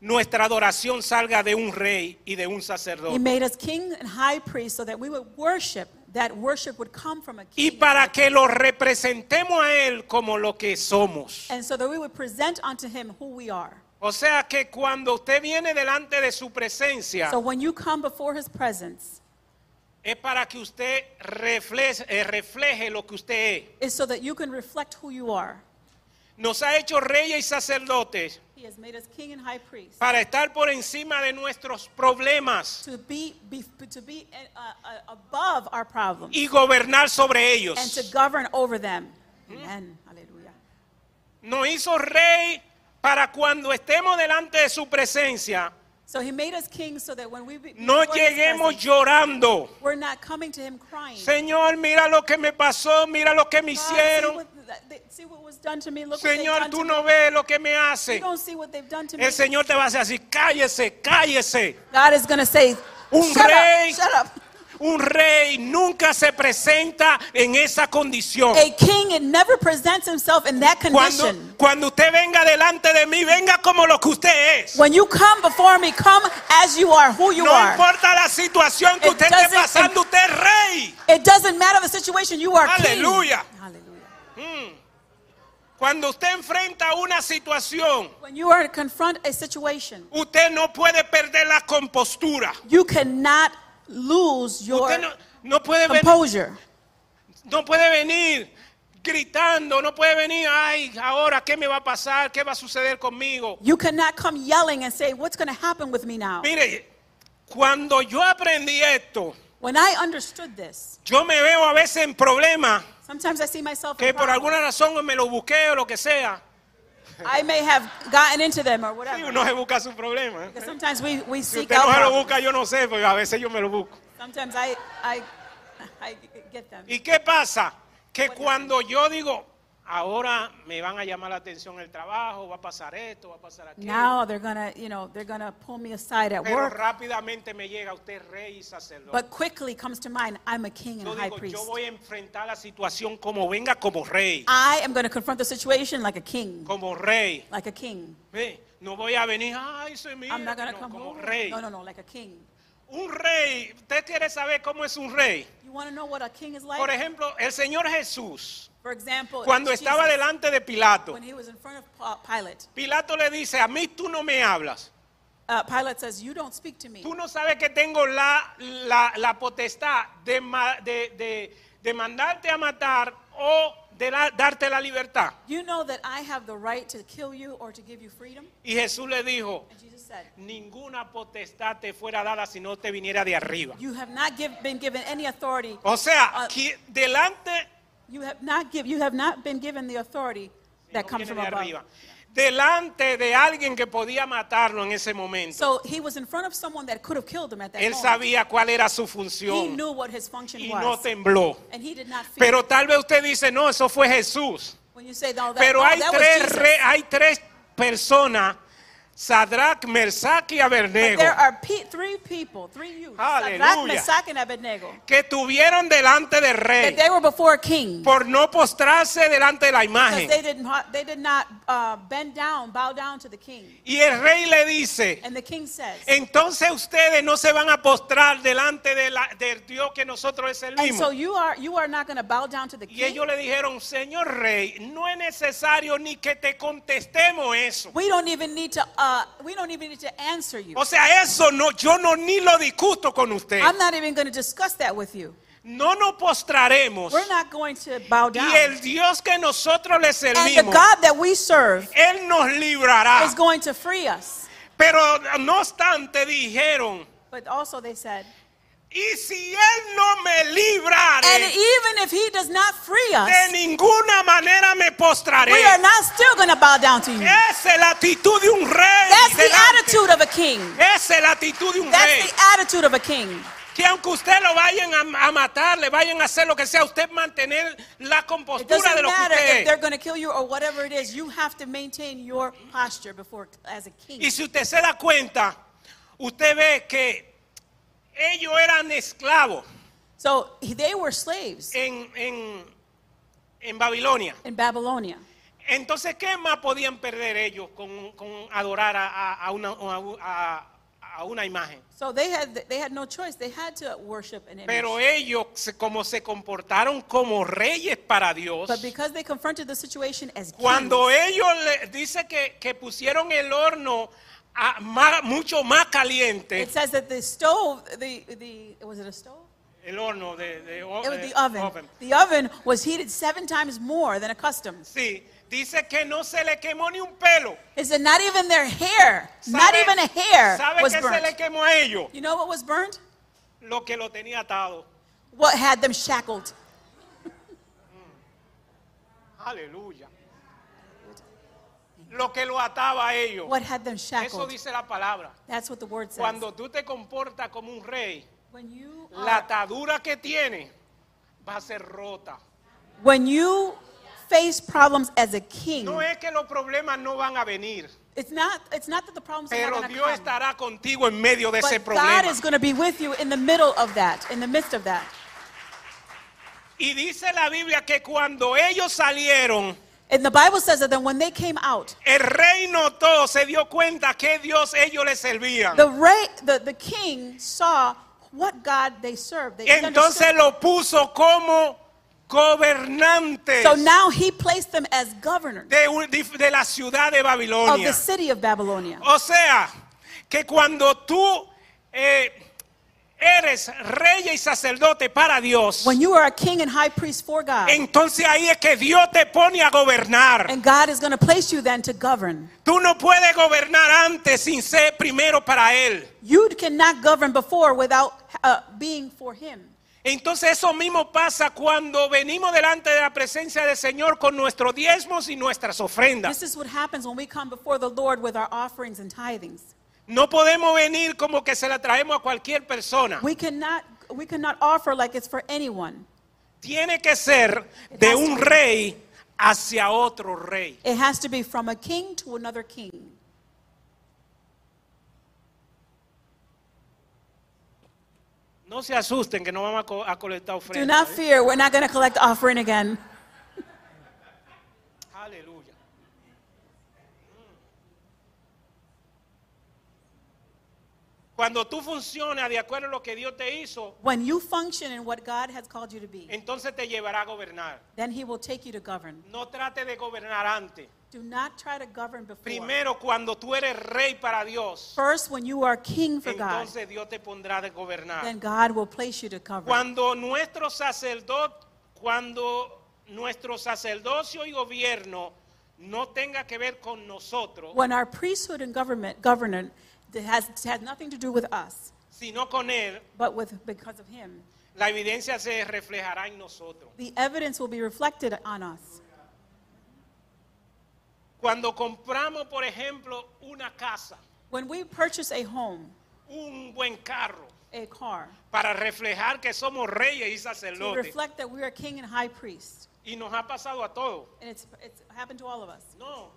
A: nuestra adoración salga de un rey y de un
B: He
A: sacerdote.
B: made us king and high priest so that we would worship that worship would come from a
A: y
B: king.
A: para que lo representemos a Él como lo que somos.
B: And so that we would present unto him who we are.
A: O sea que cuando usted viene delante de su presencia,
B: So when you come before his presence,
A: es para que usted refleje, eh, refleje lo que usted es.
B: is so that you can reflect who you are.
A: Nos ha hecho reyes y sacerdotes
B: He has made us king and high priest
A: para estar por encima de nuestros problemas
B: to be, be to be uh, uh, above our problems
A: y gobernar sobre
B: and to
A: ellos.
B: govern over them. Amen. Hallelujah.
A: Nos hizo rey para cuando estemos delante de su presencia,
B: So he made us kings so that when we be
A: no
B: before his
A: lleguemos
B: presence,
A: llorando.
B: we're not coming to him crying.
A: Señor, mira lo que me pasó, mira lo que me
B: God, see
A: hicieron.
B: what- th- th- See what was done to me. Look
A: Señor,
B: what they've done
A: tú
B: to me.
A: no ves lo que me
B: You
A: hace.
B: don't see what they've done to me.
A: El Señor te va a hacer así, cállese, cállese.
B: God is going to say,
A: Un
B: shut
A: rey-
B: up, shut up.
A: Un rey nunca se presenta en esa condición.
B: A king it never presents himself in that
A: Cuando,
B: condition.
A: cuando usted venga delante de mí, venga como lo que usted es.
B: When you come before me, come as you are, who you
A: No
B: are.
A: importa la situación que
B: It
A: usted esté
B: doesn't-
A: pasando, usted es rey.
B: It doesn't matter the situation, you are king.
A: Hallelujah.
B: Hallelujah.
A: Cuando usted enfrenta una situación,
B: When you are to confront a situation,
A: usted no puede perder la compostura.
B: you cannot lose your
A: Usted no, no puede venir
B: composure.
A: No puede venir gritando, no puede venir, ay, ahora, ¿qué me va a pasar? ¿Qué va a suceder conmigo?
B: You cannot come yelling and say, What's going to happen with me now?
A: Mire, cuando yo aprendí esto,
B: When I understood this,
A: yo me veo a veces en problemas
B: sometimes I see myself.
A: que
B: In
A: por
B: problems.
A: alguna razón me lo busqué o lo que sea.
B: I may have gotten into them or
A: Sí,
B: whatever.
A: uno se busca su problema. ¿eh?
B: Because sometimes we, we
A: Si
B: seek
A: usted no
B: out.
A: se lo
B: problems.
A: busca, yo no sé, pero a veces yo me lo busco.
B: Sometimes I, I, I get them.
A: ¿Y qué pasa? Que cuando yo digo, ahora me van a llamar la atención el trabajo, va a pasar esto, va a pasar aquello.
B: Now they're gonna, you know, they're gonna pull me aside at
A: Pero
B: work.
A: rápidamente me llega usted rey y sacerdote.
B: But quickly comes to mind, I'm a king and
A: Yo
B: a high
A: digo,
B: priest. Ah.
A: yo voy a enfrentar la situación como venga, como rey,
B: I am gonna confront the situation like a king,
A: como rey.
B: like a king.
A: Ve, No voy a venir, ay, soy mío,
B: I'm not gonna
A: no,
B: come
A: como
B: home.
A: rey.
B: No, no, no, like a king.
A: Un rey, usted quiere saber cómo es un rey.
B: You want to know what a king is
A: Por
B: like?
A: ejemplo, el Señor Jesús,
B: For example,
A: cuando
B: Oh, Jesus,
A: estaba delante de Pilato,
B: when he was in front of Pa- Pilate,
A: Pilato le dice, a mí tú no me hablas.
B: uh, Pilate says, "You don't speak to me.
A: Tú no sabes que tengo la, la, la potestad de, ma- de, de- de mandarte a matar o de la- darte la libertad.
B: You know that I have the right to kill you or to give you freedom."
A: Y Jesús le dijo,
B: And Jesus said,
A: ninguna potestad te fuera dada si no te viniera de arriba.
B: "You have not give, been given any authority.
A: O sea,
B: Uh,
A: que delante
B: You have not give, You have not been given the authority that
A: no
B: comes
A: viene
B: from
A: de
B: above."
A: arriba. Delante de alguien que podía matarlo en ese momento.
B: So he was in front of someone that could have killed him at that
A: Él
B: moment.
A: sabía cuál era su
B: He
A: función
B: knew what his function
A: y
B: was,
A: no tembló.
B: and he did not fear.
A: Pero tal vez usted dice, no, eso fue Jesús.
B: when you say, "No, that,
A: Pero
B: no,
A: hay
B: that
A: tres,
B: was Jesus,"
A: re- hay tres personas, Sadrach, Mersac y
B: But
A: Abednego,
B: there are pe- three people, three youths, Shadrach,
A: Hallelujah.
B: Meshach, and Abednego,
A: que tuvieron delante del
B: that
A: rey
B: they were before a king.
A: por no postrarse delante de la
B: Because
A: imagen.
B: they didn't, ha- they did not uh, bend down, bow down to the king.
A: Y el rey le dice,
B: And the king says,
A: entonces ustedes no se van a postrar delante de la- del Dios que nosotros es el
B: and
A: mismo.
B: so you are, you are not going to bow down to the
A: Y
B: king.
A: ellos le dijeron, Señor Rey, no es necesario ni que te contestemos eso.
B: We don't even need to, uh, we don't even need to answer you.
A: O sea, eso no, yo no ni lo discuto con usted.
B: I'm not even going to discuss that with you.
A: No nos postraremos.
B: We're not going to bow down.
A: Y el Dios que nosotros le
B: And the
A: servimos,
B: God that we serve
A: Él nos librará.
B: is going to free us.
A: Pero no obstante dijeron,
B: But also they said,
A: y si Él no me
B: and
A: librare,
B: even if he does not free
A: de
B: us,
A: ninguna manera me postraré.
B: we are not still going to bow down to you.
A: Esa es la actitud de un rey.
B: That's the
A: delante.
B: attitude of a king.
A: Esa es la actitud de un rey.
B: That's the attitude of a king.
A: Que aunque usted lo vayan a, a matar, le vayan a hacer lo que sea, usted mantener la
B: It
A: compostura de
B: doesn't
A: lo que
B: matter if
A: usted
B: they're
A: es.
B: going to kill you or whatever it is. You have to maintain your posture before as a
A: Y
B: king.
A: si usted se da cuenta, usted ve que ellos eran esclavos
B: So they were slaves
A: en, en, en Babilonia.
B: in Babylonia.
A: Entonces, ¿qué más podían perder ellos con, con adorar a, a- a una- a- a- a una imagen.
B: So they had, they had no choice. They had to worship an image.
A: Pero ellos, se- como se comportaron como reyes para Dios,
B: but because they confronted the situation as
A: cuando
B: kings,
A: ellos le, dice que, que pusieron el horno a ma- mucho más caliente,
B: it says that the stove, the, the was it a stove?
A: el horno de, de o-
B: It was
A: de
B: the oven.
A: Eh, oven.
B: The oven was heated seven times more than accustomed.
A: Sí, dice que no se le quemó ni un pelo.
B: It said not even their hair, not
A: ¿Sabe-
B: even a hair
A: ¿Sabe
B: was
A: qué se le
B: burnt.
A: quemó a ellos?
B: You know what was burnt?
A: Lo que lo tenía atado.
B: What had them shackled.
A: Aleluya. Lo que lo ataba a ellos.
B: What had them
A: Eso
B: shackled.
A: dice la palabra.
B: That's what the word says.
A: Cuando tú te comportas como un rey,
B: When you
A: la
B: are-
A: atadura que tiene va a ser rota.
B: when you face problems as a king,
A: No es que los problemas no van a venir,
B: it's not it's not that the problems are
A: pero
B: not
A: Dios
B: going to come.
A: estará contigo en medio de ese
B: But God
A: problema.
B: is going to be with you in the middle of that, in the midst of that.
A: Y dice la Biblia que cuando ellos salieron,
B: And the Bible says that then when they came out,
A: el rey notó, se dio cuenta que Dios ellos le servían.
B: the rey, the, the king saw what God they served. They they
A: Entonces
B: understood.
A: lo puso como gobernantes
B: so now he placed them as governors
A: de, un- dif- de la ciudad de
B: of the
A: Babilonia.
B: city of Babylonia.
A: O sea, que cuando tú eh, eres rey y sacerdote para Dios,
B: When you are a king and high priest for God,
A: entonces ahí es que Dios te pone a gobernar.
B: and God is going to place you then to govern.
A: Tú no puedes gobernar antes sin ser primero para Él.
B: You cannot govern before without uh, being for him.
A: Entonces eso mismo pasa cuando venimos delante de la presencia del Señor con nuestros diezmos y nuestras ofrendas.
B: This is what happens when we come before the Lord with our offerings and tithings.
A: No podemos venir como que se la traemos a cualquier persona.
B: We cannot, we cannot offer like it's for anyone.
A: Tiene que ser de un rey hacia otro rey.
B: It has to be from a king to another king.
A: No se asusten que no vamos a, co- a colectar
B: Do
A: ofrendas.
B: not
A: ¿eh?
B: fear, we're not going to collect offering again.
A: Aleluya. Cuando tú funcionas de acuerdo a lo que Dios te hizo,
B: When you function in what God has called you to be,
A: entonces te llevará a gobernar.
B: then He will take you to govern.
A: No trate de gobernar antes.
B: Do not try to govern before.
A: Primero, cuando tú eres rey para Dios,
B: First, when you are king for God,
A: entonces Dios te pondrá de gobernar.
B: then God will place you to govern.
A: Cuando nuestro sacerdote, cuando nuestro sacerdocio y gobierno no tenga que ver con nosotros,
B: When our priesthood and government governance has, has nothing to do with us,
A: sino con él,
B: but with because of Him,
A: la evidencia se reflejará en nosotros.
B: the evidence will be reflected on us.
A: Cuando compramos, por ejemplo, una casa,
B: When we purchase a home,
A: un buen carro,
B: a car,
A: para reflejar que somos reyes y
B: to
A: sacerdotes,
B: reflect that we are king and high priest,
A: y nos ha pasado a todos.
B: and it's, it's happened to all of us.
A: No,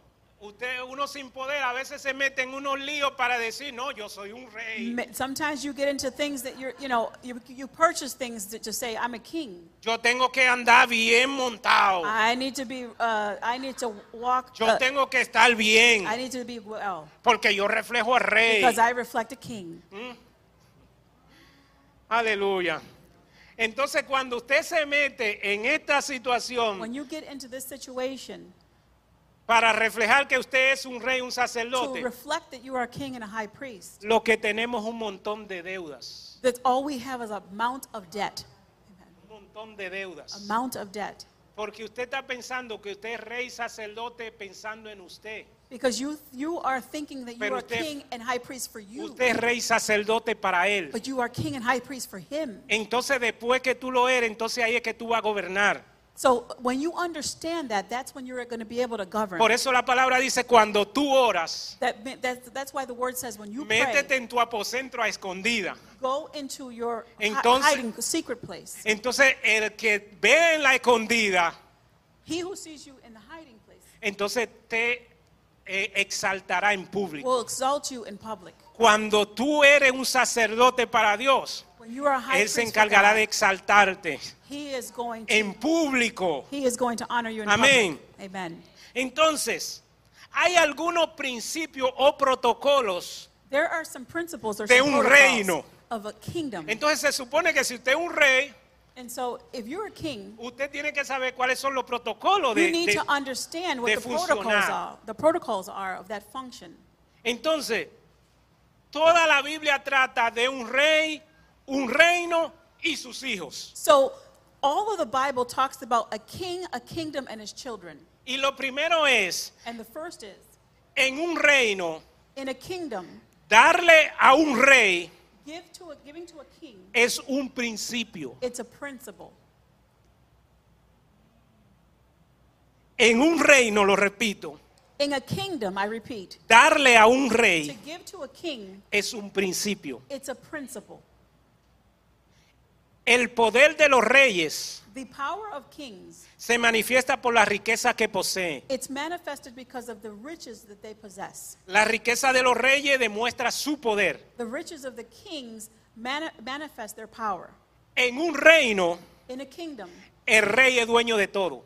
A: usted, uno sin poder, a veces se mete en unos líos para decir, no, yo soy un rey,
B: Ma- Sometimes you get into things that you're, you know, you, you purchase things that just say, I'm a king.
A: yo tengo que andar bien montado.
B: I need to be, uh, I need to walk,
A: Yo
B: uh,
A: tengo que estar bien
B: I need to be well,
A: porque yo reflejo al rey.
B: because I reflect a king.
A: Aleluya. Entonces cuando usted se mete en esta
B: When
A: situación
B: you get into this situation,
A: para reflejar que usted es un rey, un
B: to
A: sacerdote,
B: reflect that you are a king and a high priest,
A: lo que tenemos es un montón de deudas,
B: that all we have is a mount of debt,
A: un montón de
B: a
A: deudas.
B: mount of debt.
A: Porque usted está pensando que usted es rey, sacerdote, pensando en usted.
B: Because you, you are thinking that you
A: Pero
B: are
A: usted-
B: king and high priest for you,
A: Usted es rey, sacerdote para él.
B: but you are king and high priest for him.
A: Entonces después que tú lo eres, entonces ahí es que tú vas a gobernar.
B: So when you understand that, that's when you're going to be able to govern.
A: Por eso la palabra dice, cuando tú oras,
B: That, me- that's, that's why the word says when you pray,
A: Métete en tu apocentro a escondida.
B: go into your hi-
A: Entonces-
B: hiding secret place.
A: Entonces, el que ve en la escondida,
B: He who sees you in the hiding place
A: entonces te eh, exaltará en público.
B: will exalt you in public.
A: Cuando tú eres un sacerdote para Dios,
B: When you are a high
A: Él se
B: priest for
A: encargará
B: God,
A: de exaltarte
B: He is going to,
A: en público.
B: He is going to honor you in
A: Amén.
B: public. Amen.
A: Entonces, hay algunos principios o protocolos
B: There are some principles or
A: De
B: some
A: un
B: protocols
A: reino.
B: of a kingdom.
A: Entonces se supone que si usted es un rey,
B: and so if you're a king,
A: usted tiene que saber cuáles son los protocolos de,
B: you need
A: de-
B: to understand what
A: de
B: the protocols
A: funcionar.
B: are, the protocols are of that function.
A: Entonces, toda la Biblia trata de un rey, un reino y sus hijos.
B: So all of the Bible talks about a king, a kingdom, and his children.
A: Y lo primero es,
B: And the first is
A: en un reino,
B: in a kingdom,
A: darle a un rey
B: give to a, giving to a king,
A: es un principio.
B: it's a principle.
A: En un reino, lo repito,
B: In a kingdom, I repeat,
A: darle a un
B: to
A: rey
B: give to a king,
A: es un principio.
B: it's a principle.
A: El poder de los reyes
B: The power of kings,
A: se manifiesta por la riqueza que poseen.
B: it's manifested because of the riches that they possess.
A: La riqueza de los reyes demuestra su poder.
B: The riches of the kings mani- manifest their power.
A: En un reino,
B: In a kingdom,
A: el rey es dueño de todo,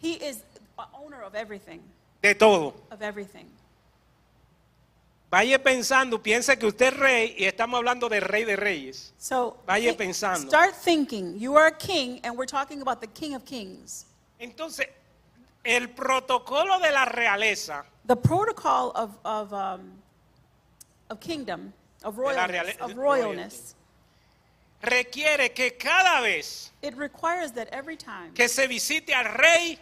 B: he is a owner of everything,
A: de todo.
B: of everything.
A: Vaya pensando, piense que usted es rey y estamos hablando de rey de reyes.
B: So
A: Vaya
B: thi-
A: pensando.
B: start thinking. You are a king, and we're talking about the King of Kings.
A: Entonces, el protocolo de la realeza,
B: The protocol of of um, of kingdom of
A: la
B: royalness,
A: reale-
B: of
A: royalty.
B: royalness.
A: requiere que cada vez
B: It requires that every time
A: que se visite al rey,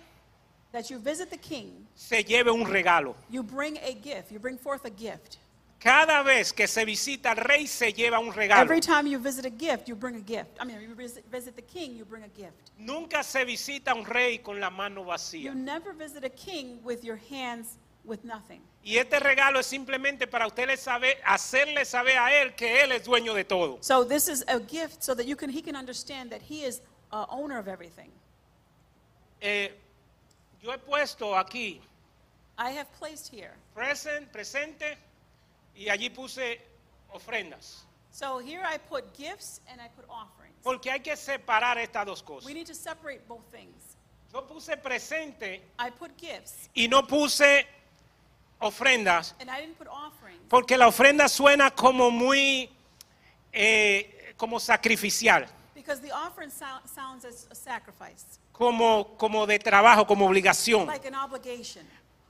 B: that you visit the king,
A: se lleve un regalo.
B: you bring a gift. You bring forth a gift.
A: Cada vez que se visita al rey, se lleva un regalo.
B: Every time you visit a gift, you bring a gift. I mean, you visit, visit the king, you bring a gift.
A: Nunca se visita a un rey con la mano
B: You
A: vacía.
B: never visit a king with your hands with nothing.
A: Y este regalo es simplemente para usted le sabe- hacerle saber a él que él es dueño de todo.
B: So this is a gift so that you can he can understand that he is uh, owner of everything.
A: Eh, yo he puesto aquí
B: I have placed here.
A: present, presente, y allí puse ofrendas.
B: So here I put gifts and I put offerings.
A: Porque hay que separar estas dos cosas.
B: We need to separate both things.
A: Yo puse presente
B: I put gifts
A: y no puse ofrendas,
B: and I didn't put offerings
A: porque la ofrenda suena como muy, eh, como sacrificial,
B: because the offering sou- sounds as a sacrifice,
A: como, como de trabajo, como obligación.
B: like an obligation.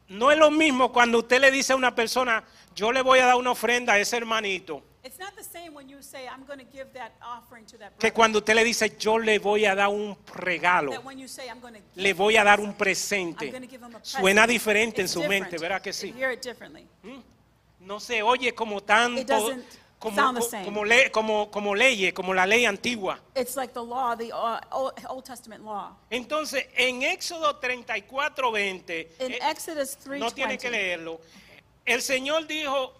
A: No es lo mismo cuando usted le dice a una persona, yo le voy a dar una ofrenda a ese hermanito,
B: It's not the same when you say, I'm going to give that offering to that
A: que
B: brother.
A: cuando usted le dice, yo le voy a dar un regalo.
B: That when you say, I'm going to give
A: le voy a dar un
B: this, I'm
A: presente.
B: gonna give him a
A: Suena
B: present.
A: diferente en
B: It's
A: su mente,
B: different.
A: ¿verdad que
B: You
A: sí?
B: hear it differently.
A: No se oye como tanto,
B: doesn't
A: como,
B: sound the
A: co-
B: same.
A: como, le- como, como leyes, como la ley antigua.
B: It's like the law, the uh, Old, Old Testament law.
A: Entonces, en Éxodo 34, 20,
B: In
A: eh,
B: Exodus 3:20,
A: no tiene que leerlo, el Señor dijo,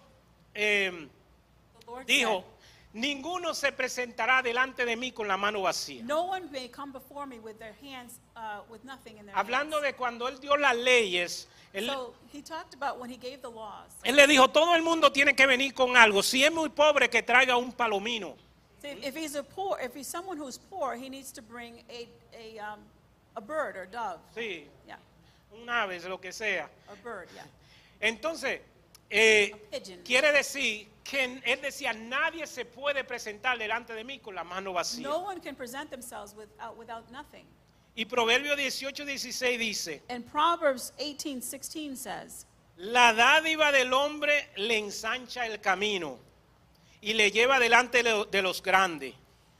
A: eh,
B: the Lord
A: dijo, ninguno se presentará delante de mí con la mano vacía.
B: said, no one may come before me with their hands, uh, with nothing in their
A: Hablando
B: hands.
A: de cuando Él dio las leyes, él,
B: So he talked about when he gave the laws.
A: Él le dijo, todo el mundo tiene que venir con algo. Si es muy pobre, que traiga un palomino.
B: So if he's a poor, if he's someone who's poor, he needs to bring a, a, um, a bird or dove.
A: Sí,
B: Yeah,
A: un ave, lo que sea.
B: a bird, yeah.
A: Entonces, eh,
B: A pigeon.
A: quiere decir que n- él decía, nadie se puede presentar delante de mí con la mano vacía.
B: No one can present themselves without, without nothing.
A: Y Proverbio 18, 16 dice,
B: And Proverbs 18:16 says,
A: la dádiva del hombre le ensancha el camino y le lleva delante lo- de los grandes.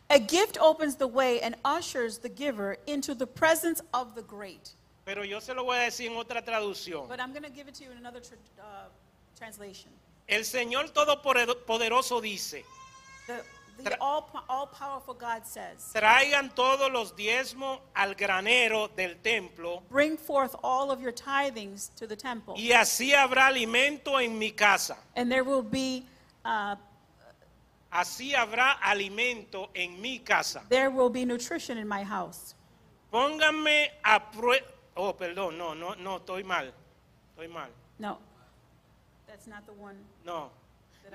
B: "A gift opens the way and ushers the giver into the presence of the great."
A: Pero yo se lo voy a decir en otra traducción.
B: But I'm going to give it to you in another tr- uh, translation.
A: El Señor Todopoderoso dice,
B: The,
A: Tra-
B: the all, all powerful God says,
A: traigan todos los diezmos al granero del templo
B: Bring forth all of your tithings to the temple,
A: y así habrá alimento en mi casa.
B: and there will be, uh,
A: Así habrá alimento en mi casa.
B: there will be nutrition in my house.
A: Pónganme a prueba. Oh, perdón, no, no, no, estoy mal. Estoy mal.
B: No, that's not the one.
A: No,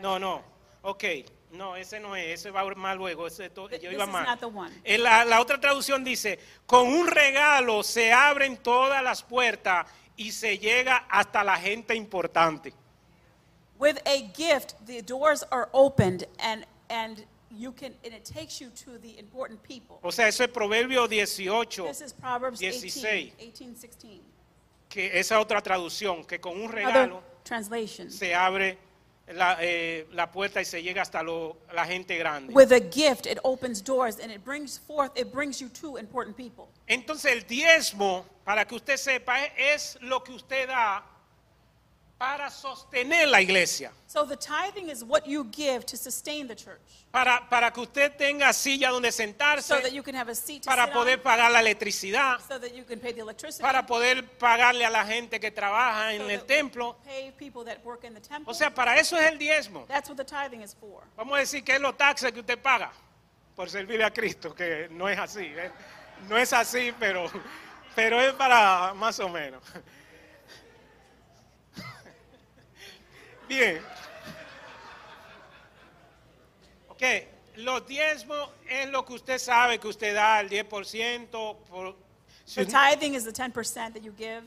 A: no, no. Ok, no, ese no es, ese va mal luego. Ese to-
B: Th-
A: yo
B: this
A: iba
B: is
A: mal.
B: not the one.
A: Eh, La, la otra traducción dice: Con un regalo se abren todas las puertas y se llega hasta la gente importante.
B: With a gift, the doors are opened and, and you can, and it takes you to the important people.
A: O sea, eso es Proverbio 18,
B: This is Proverbs 18,
A: 16.
B: 18, 16.
A: que esa otra traducción, que con un
B: Other
A: regalo
B: translation.
A: se abre la, eh, la puerta y se llega hasta lo- la gente grande.
B: With a gift, it opens doors and it brings forth, it brings you to important people.
A: Entonces el diezmo, para que usted sepa, es lo que usted da para sostener la iglesia.
B: So the tithing is what you give to sustain the church
A: Para, para que usted tenga silla donde
B: so that
A: sentarse,
B: you can have a seat to sit
A: para
B: on,
A: poder pagar la electricidad,
B: so that you can pay the electricity,
A: para poder pagarle a la gente que trabaja
B: so
A: en
B: that
A: el templo.
B: pay people that work in the temple.
A: O sea, para eso es el diezmo.
B: That's what the tithing is for.
A: Vamos a decir que es los taxes que usted paga por servir a Cristo, que no es así. ¿eh? No es así, pero, pero es para más o menos. Bien. Ok, los diezmos es lo que usted sabe que usted da, el 10%, por,
B: The tithing is the 10% that you give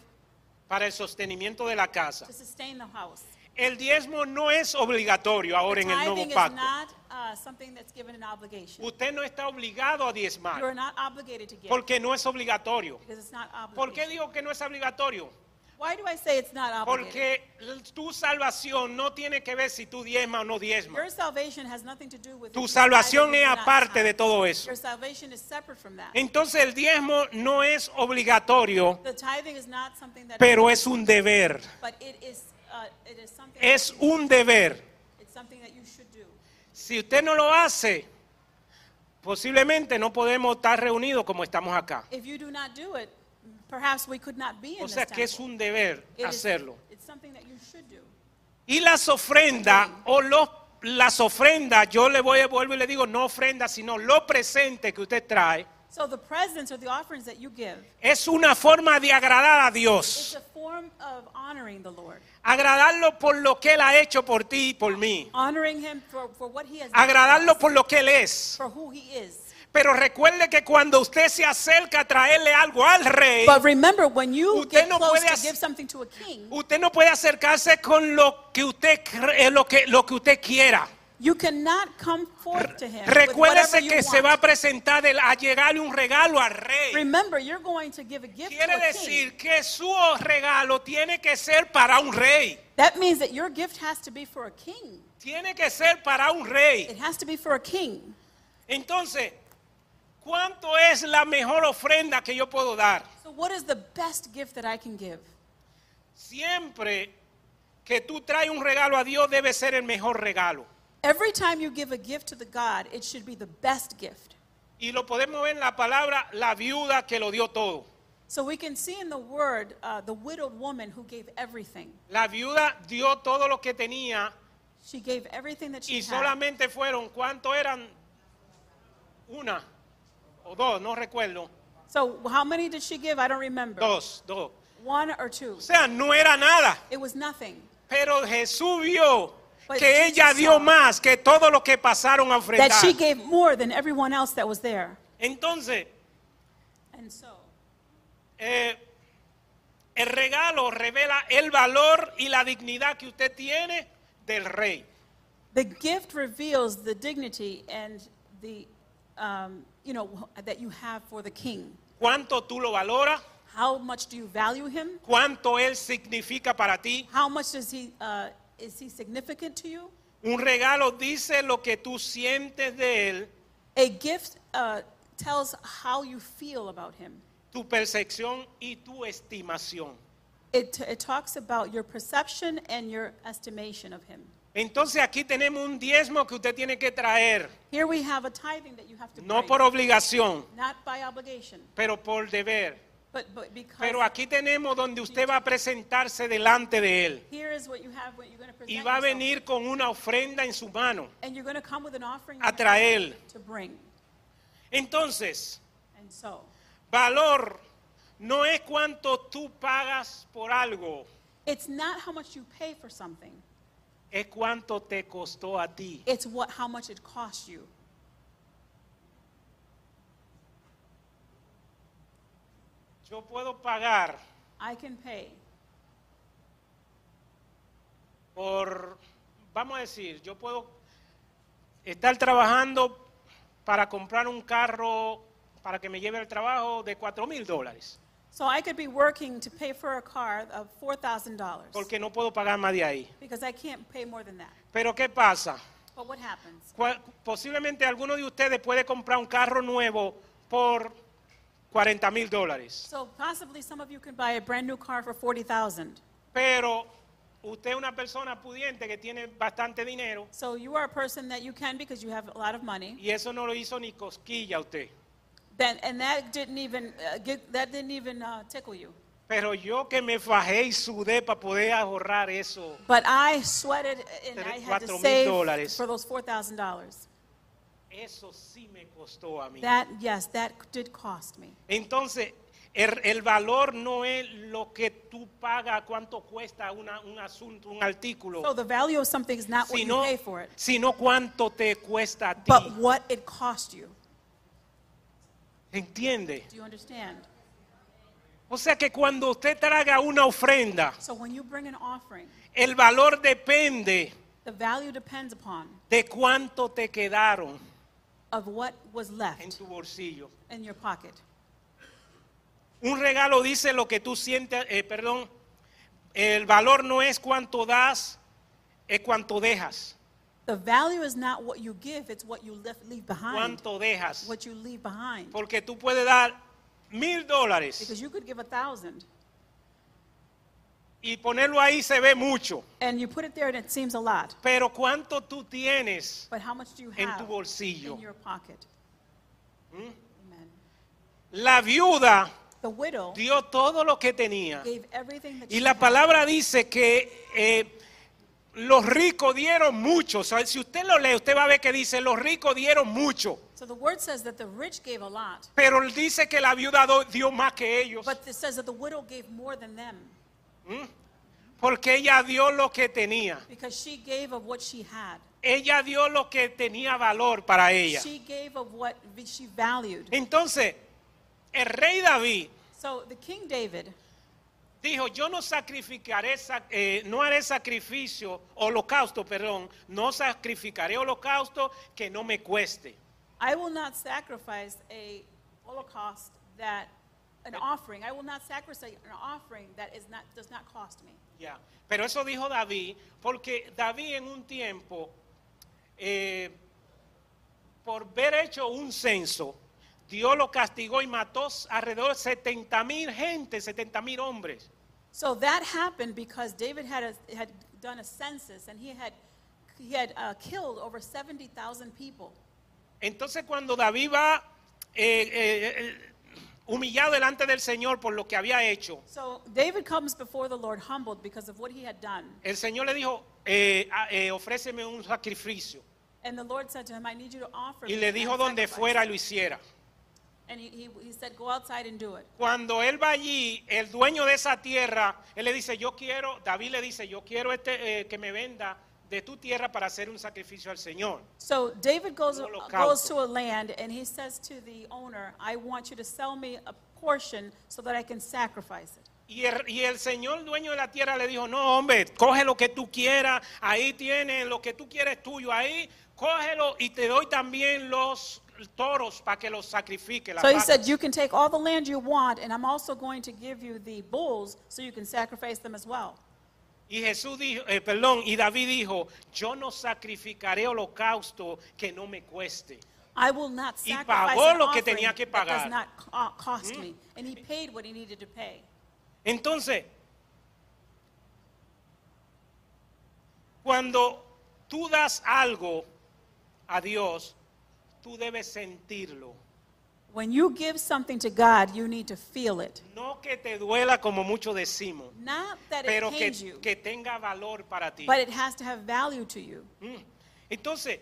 A: para el sostenimiento de la casa.
B: to sustain the house.
A: El diezmo no es obligatorio ahora en el
B: Tithing
A: nuevo
B: is
A: pacto.
B: not uh, something that's given an obligation.
A: Usted no está obligado a diezmar.
B: You are not obligated to give
A: Porque no es obligatorio.
B: because it's not
A: ¿Por qué
B: obligation.
A: digo que no es obligatorio?
B: Why do I say it's not obligated?
A: Porque l- tu salvación no tiene que ver si tú diezmas o no
B: Your
A: diezmas.
B: salvation has nothing to do with
A: Tu
B: if you tithe or
A: salvación
B: you
A: es
B: not
A: aparte
B: tithe.
A: de todo eso.
B: Your salvation is separate from that.
A: Entonces el diezmo no es obligatorio,
B: The tithing is not something that
A: pero es un deber.
B: but it is uh, it is something
A: Es un deber.
B: it's something that you should do.
A: Si usted no lo hace, posiblemente no podemos estar reunidos como estamos acá.
B: If you do not do it, perhaps we could not be in
A: O
B: this
A: sea que es
B: temple.
A: un deber
B: It is-
A: hacerlo.
B: it's something that you should do.
A: Y las ofrendas, o los, las ofrendas, yo le voy, vuelvo y le digo, no ofrendas, sino lo presente que usted trae,
B: So the presents or the offerings that you give
A: es una forma de agradar a
B: is
A: Dios.
B: a form of honoring the Lord.
A: Agradarlo por lo que Él ha hecho por ti y por mí.
B: Honoring him for, for what he has done for
A: Agradarlo
B: us,
A: por lo que Él es.
B: for who he is.
A: Pero recuerde que cuando usted se acerca a traerle algo al rey,
B: But remember, when you
A: Eh, Usted
B: get
A: no
B: close
A: puede
B: to
A: hac-
B: give something to a king,
A: usted no puede acercarse con lo que usted, cre- eh, lo que, lo que usted quiera.
B: you cannot come forth to him with whatever
A: Recuérdese
B: you
A: que se va
B: want.
A: a presentar el- a llegarle un regalo al rey.
B: Remember, you're going to give a gift to
A: Quiere
B: a king.
A: decir que su regalo tiene que ser para un rey.
B: That means that your gift has to be for a king.
A: Tiene que ser para un rey.
B: It has to be for a king.
A: Entonces, ¿cuánto es la mejor ofrenda que yo puedo dar?
B: So, what is the best gift that I can give?
A: Siempre que tú traes un regalo a Dios debe ser el mejor regalo.
B: Every time you give a gift to the God, it should be the best gift.
A: Y lo podemos ver en la palabra la viuda que lo dio todo.
B: So, we can see in the word uh, the widowed woman who gave everything.
A: La viuda dio todo lo que tenía
B: She gave everything that she
A: y
B: had.
A: solamente fueron, ¿cuánto eran? Una o dos, no recuerdo.
B: So, how many did she give? I don't remember.
A: Dos, dos.
B: One or two.
A: O sea, no era nada.
B: It was nothing.
A: Pero Jesús vio
B: But
A: que
B: Jesus
A: ella dio
B: saw.
A: más que todo lo que pasaron a ofrendar.
B: Pues That she gave more than everyone else that was there.
A: Entonces,
B: And so,
A: eh, el regalo revela el valor y la dignidad que usted tiene del rey.
B: The gift reveals the dignity and the, um, you know, that you have for the king.
A: Cuánto tú lo valoras,
B: How much do you value him?
A: cuánto él significa para ti.
B: How much does he, uh, is he significant to you?
A: Un regalo dice lo que tú sientes de él,
B: A gift uh, tells how you feel about him.
A: tu percepción y tu estimación.
B: It, it talks about your perception and your estimation of him.
A: Entonces aquí tenemos un diezmo que usted tiene que traer,
B: Here we have a tithing that you have to
A: no
B: bring,
A: por obligación,
B: not by obligation,
A: pero por deber.
B: but, but because
A: Pero aquí tenemos donde usted va a presentarse delante de él
B: here is what you have, what you're going to present
A: y va a
B: yourself
A: venir con una ofrenda en su mano
B: with, and you're going to come with an offering
A: a traer.
B: to bring.
A: Entonces,
B: And so,
A: valor no es cuánto tú pagas por algo,
B: it's not how much you pay for something.
A: es cuánto te costó a ti.
B: It's what how much it costs you.
A: Yo puedo pagar
B: I can pay
A: por vamos a decir, yo puedo estar trabajando para comprar un carro para que me lleve al trabajo de 4 mil dólares,
B: So I could be working to pay for a car of $4,000
A: porque no puedo pagar más de ahí.
B: because I can't pay more than that.
A: Pero ¿qué pasa?
B: But what happens?
A: Cual- Posiblemente alguno de ustedes puede comprar un carro nuevo por 40 mil dólares,
B: So possibly some of you can buy a brand new car for 40,000.
A: pero usted es una persona pudiente que tiene bastante dinero
B: So you are a person that you can because you have a lot of money.
A: y eso no lo hizo ni cosquilla a usted.
B: Then and that didn't even uh, get, that didn't even uh, tickle you.
A: Pero yo que me fajé y sudé para poder ahorrar eso,
B: But I sweated and
A: Tres-
B: I had to
A: cuatro mil
B: save
A: dólares.
B: for those $4,000.
A: eso sí me costó a mí.
B: That yes, that did cost me.
A: Entonces, el, el valor no es lo que tú pagas, cuánto cuesta una- un asunto, un artículo,
B: So the value of something is not what you
A: sino,
B: pay for it,
A: sino cuánto te cuesta a ti.
B: but what it cost you.
A: ¿Entiende?
B: Do you understand?
A: O sea que cuando usted traga una ofrenda,
B: So when you bring an offering,
A: el valor depende
B: the value depends upon
A: de cuánto te quedaron
B: of what was
A: en
B: left
A: tu bolsillo.
B: in your pocket.
A: Un regalo dice lo que tú sientes, eh, perdón, el valor no es cuánto das, es cuánto dejas.
B: The value is not what you give, it's what you left, leave behind.
A: Cuánto dejas.
B: What you leave behind.
A: Porque tú puedes dar mil dólares
B: Because you could give a thousand
A: y ponerlo ahí se ve mucho.
B: and you put it there and it seems a lot.
A: Pero cuánto tú tienes,
B: But how much do you
A: En
B: have
A: tu bolsillo.
B: in your pocket? Amen.
A: la viuda
B: The widow
A: dio todo lo que tenía.
B: gave everything that
A: Y
B: she
A: la
B: had.
A: palabra dice que eh, los ricos dieron mucho. O sea, si usted lo lee, usted va a ver que dice, los ricos dieron mucho.
B: So the word says that the rich gave a lot,
A: Pero él dice que la viuda do- dio más que ellos.
B: but it says that the widow gave more than them
A: Porque ella dio lo que tenía.
B: because she gave of what she had.
A: Ella dio lo que tenía valor para ella.
B: She gave of what vi- she valued.
A: Entonces, el rey David
B: So the King David,
A: dijo, yo no sacrificaré, sac- eh, no haré sacrificio, holocausto, perdón, no sacrificaré holocausto que no me cueste.
B: I will not sacrifice a holocaust that an offering. I will not sacrifice an offering that is not does not cost me.
A: Ya. Pero eso dijo David, porque David en un tiempo, eh, por ver hecho un censo, Dios lo castigó y mató alrededor de 70 mil gente, 70 mil hombres.
B: So that happened because David had a, had done a census and he had he had uh, killed over seventy thousand people.
A: Entonces cuando David va eh, eh, eh, humillado delante del Señor por lo que había hecho,
B: So David comes before the Lord humbled because of what he had done.
A: el Señor le dijo, eh, ah, eh, ofréceme un sacrificio.
B: And the Lord said to him, I need you to offer
A: Y
B: me
A: le
B: a
A: dijo donde
B: sacrifice."
A: fuera y lo hiciera.
B: And he, he, he said, Go outside and do it.
A: Cuando él va allí, el dueño de esa tierra, él le dice, yo quiero, David le dice, yo quiero este, eh, que me venda de tu tierra para hacer un sacrificio al Señor.
B: So David goes, uh,
A: Holocausto.
B: goes to a land and he says to the owner, I want you to sell me a portion so that I can sacrifice it.
A: Y el, y el señor dueño de la tierra le dijo, no hombre, coge lo que tú quieras, ahí tienes, lo que tú quieres es tuyo, ahí cógelo y te doy también los toros para que los sacrifique. las
B: So he
A: vacas".
B: said, You can take all the land you want, and I'm also going to give you the bulls so you can sacrifice them as well.
A: y Jesús dijo, eh, perdón, y David dijo, yo no sacrificaré holocausto que no me cueste.
B: I will not
A: Y
B: sacrifice
A: pagó
B: an
A: lo que
B: offering
A: tenía que
B: that does
A: pagar. Mm-hmm.
B: not co- uh, cost me. And he paid what he needed to pay.
A: Entonces, cuando tú das algo a Dios, tú debes sentirlo.
B: When you give something to God, you need to feel it.
A: No que te duela como muchos decimos,
B: Not that it
A: pero
B: pains
A: que,
B: you,
A: que tenga valor para ti.
B: but it has to have value to you.
A: Mm. Entonces,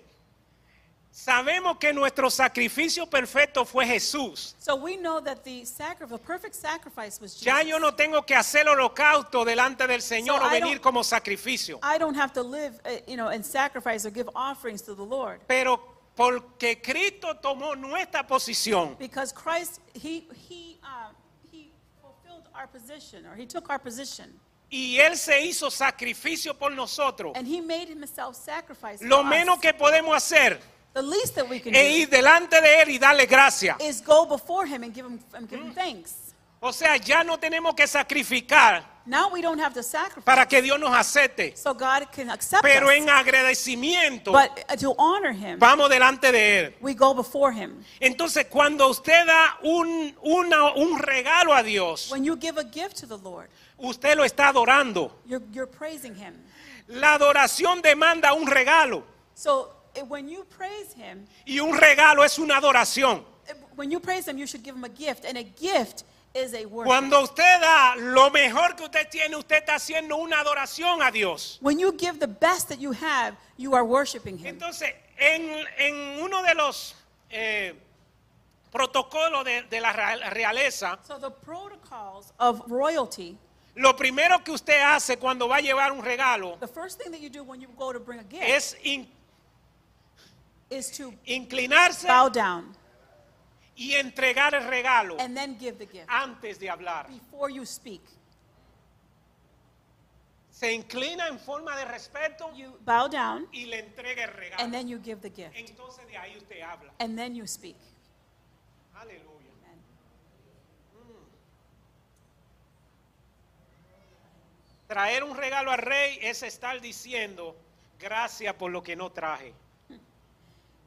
A: sabemos que nuestro sacrificio perfecto fue Jesús.
B: So we know that the sacrifice, the perfect sacrifice was Jesus.
A: Ya yo no tengo que hacer holocausto delante del Señor
B: So
A: o
B: I
A: venir
B: don't-
A: como sacrificio.
B: I don't have to live, uh, you know, and sacrifice or give offerings to the Lord
A: Pero porque Cristo tomó nuestra posición.
B: because uh, Christ, he he um, he fulfilled our position or he took our position.
A: y Él se hizo sacrificio por nosotros.
B: And he made himself sacrifice for
A: Lo menos
B: us.
A: que podemos hacer
B: the least that we can
A: es ir delante de Él y darle gracias.
B: do is go before him and give him, and give him
A: Mm.
B: thanks.
A: O sea, ya no tenemos que sacrificar
B: Now we don't have to sacrifice.
A: para que Dios nos acepte.
B: so God can accept
A: Pero
B: us.
A: en agradecimiento
B: but uh, to honor him,
A: vamos delante de Él.
B: we go before him.
A: Entonces, cuando usted da un, una- un regalo a Dios,
B: When you give a gift to the Lord,
A: usted lo está adorando.
B: you're, you're praising him.
A: La adoración demanda un regalo.
B: So uh, when you praise him,
A: Y un regalo es una adoración.
B: uh, when you praise him, you should give him a gift. And a gift is a worship.
A: Cuando usted da lo mejor que usted tiene, usted está haciendo una adoración a Dios.
B: when you give the best that you have, you are worshiping him.
A: Entonces, en, en uno de los eh, protocolos de, de la ra- realeza,
B: So the protocols of royalty,
A: lo primero que usted hace cuando va a llevar un regalo
B: the first thing that you do when you go to bring a gift
A: es in-
B: is to
A: inclinarse
B: bow down
A: y entregar el regalo
B: and then give the gift
A: antes de hablar.
B: before you speak.
A: Se inclina en forma de respeto
B: You bow down
A: y le entrega el
B: and
A: regalo.
B: then you give the gift
A: Entonces de ahí usted habla.
B: and then you speak.
A: Aleluya. Mm. Traer un regalo al rey es estar diciendo gracias por lo que no traje.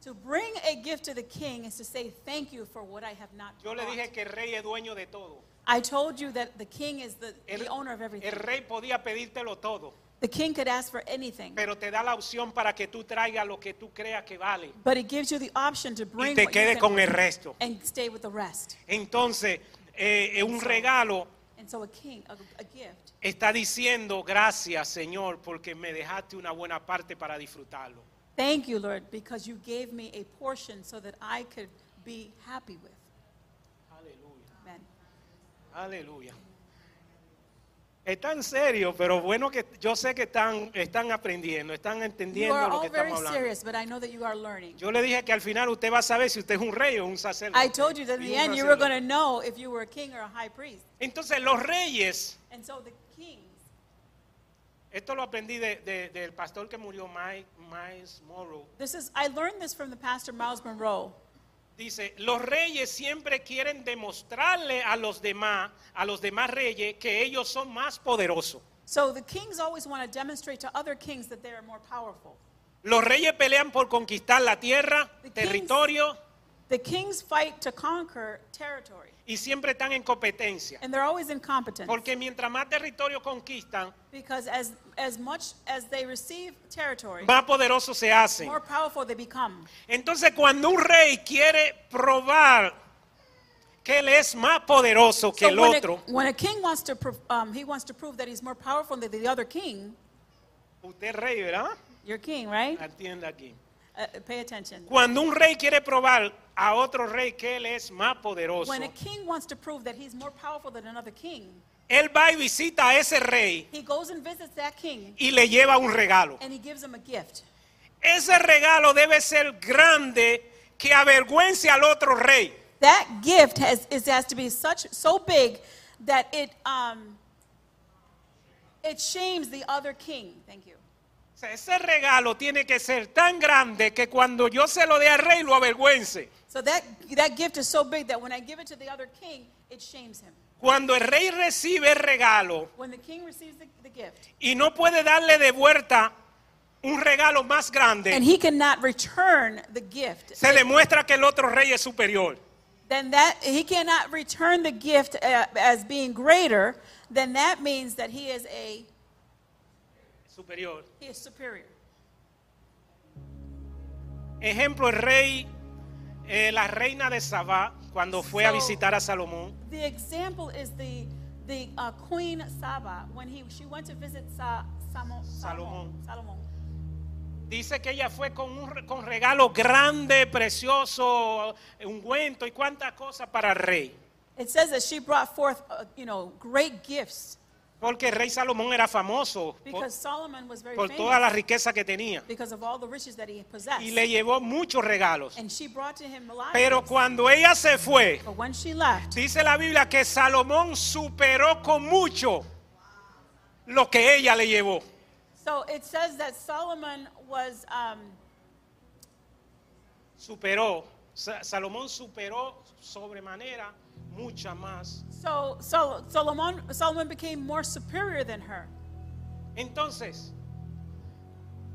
B: To bring a gift to the king is to say thank you for what I have not
A: Yo le
B: brought.
A: dije que el rey es dueño de todo.
B: I told you that the king is the,
A: El,
B: the owner of
A: el
B: everything.
A: rey podía pedírtelo todo,
B: The king could ask for anything,
A: pero te da la opción para que tú traigas lo que tú creas que vale
B: but it gives you the option to
A: y
B: bring
A: te
B: what you
A: quedes
B: can-
A: con el resto.
B: and stay with the rest.
A: Entonces, eh, eh, un regalo
B: And so a king, a, a gift,
A: está diciendo gracias Señor porque me dejaste una buena parte para disfrutarlo.
B: thank you, Lord, because you gave me a portion so that I could be happy with.
A: Aleluya.
B: Amen.
A: Aleluya. Es tan serio, pero bueno que yo sé que están, están aprendiendo, están
B: You
A: entendiendo
B: are
A: lo que
B: all very
A: estamos hablando.
B: serious, but I know that you are learning.
A: Yo le dije que al final usted va a saber si usted es un rey o un sacerdote.
B: I told you that in
A: Y
B: the
A: un
B: end you were going
A: sacerdote.
B: to know if you were a king or a high priest.
A: Entonces los reyes,
B: And so the kings
A: esto lo aprendí de- de- del pastor que murió, Mike, Miles Morrow,
B: This is I learned this from the pastor Miles Monroe.
A: dice, los reyes siempre quieren demostrarle a los demás, a los demás reyes, que ellos son más poderosos.
B: So the kings always want to demonstrate to other kings that they are more powerful.
A: Los reyes pelean por conquistar la tierra,
B: The kings-
A: territorio,
B: The kings fight to conquer territory,
A: y siempre están en competencia.
B: and they're always incompetent.
A: Porque mientras más territorio conquistan,
B: Because as as much as they receive territory,
A: más poderosos se hacen.
B: more powerful they become.
A: Entonces, cuando un rey quiere probar que él es más poderoso que el
B: when, a,
A: otro,
B: when a king wants to prov- um, he wants to prove that he's more powerful than the other king,
A: usted es rey, ¿verdad?
B: your king, right?
A: Atienda aquí.
B: Uh, pay attention.
A: Cuando un rey quiere probar a otro rey que él es más poderoso,
B: When a king wants to prove that he's more powerful than another king,
A: él va y visita a ese rey
B: he goes and visits that king
A: y le lleva un regalo.
B: and he gives him a gift.
A: Ese regalo debe ser grande que avergüence al otro rey.
B: That gift has is has to be such so big that it um it shames the other king. Thank you.
A: O sea, Ese regalo tiene que ser tan grande que cuando yo se lo dé al rey lo avergüence.
B: So that that gift is so big that when I give it to the other king, it shames him.
A: Cuando el rey recibe el regalo
B: When the king receives the, the gift
A: y no puede darle de vuelta un regalo más
B: and
A: grande,
B: he cannot return the gift,
A: Eh. se demuestra que el otro rey es superior.
B: then that he cannot return the gift uh, as being greater, then that means that he is a
A: Superior.
B: he is superior.
A: Ejemplo, el rey, eh, la reina de Sabá, cuando fue a
B: So-
A: visitar a Salomón,
B: The example is the the uh, queen Saba when he she went to visit Sa, Samo,
A: Salomón.
B: Salomon.
A: dice que ella fue con un re- con regalo grande, precioso, ungüento y cuantas cosas para el rey.
B: It says that she brought forth uh, you know great gifts
A: Porque el rey Salomón era famoso por-
B: because Solomon was very
A: por
B: famous
A: toda la riqueza que tenía
B: because of all the riches that he possessed.
A: y le llevó muchos regalos.
B: and she brought to him a lot. of
A: Pero
B: gifts.
A: cuando ella se fue,
B: but when she left,
A: dice la Biblia que Salomón superó con mucho lo que ella le llevó.
B: So it says that Solomon was, um,
A: Superó, Sa- Salomón superó sobremanera mucha más.
B: so, so Solomon, Solomon became more superior than her.
A: Entonces,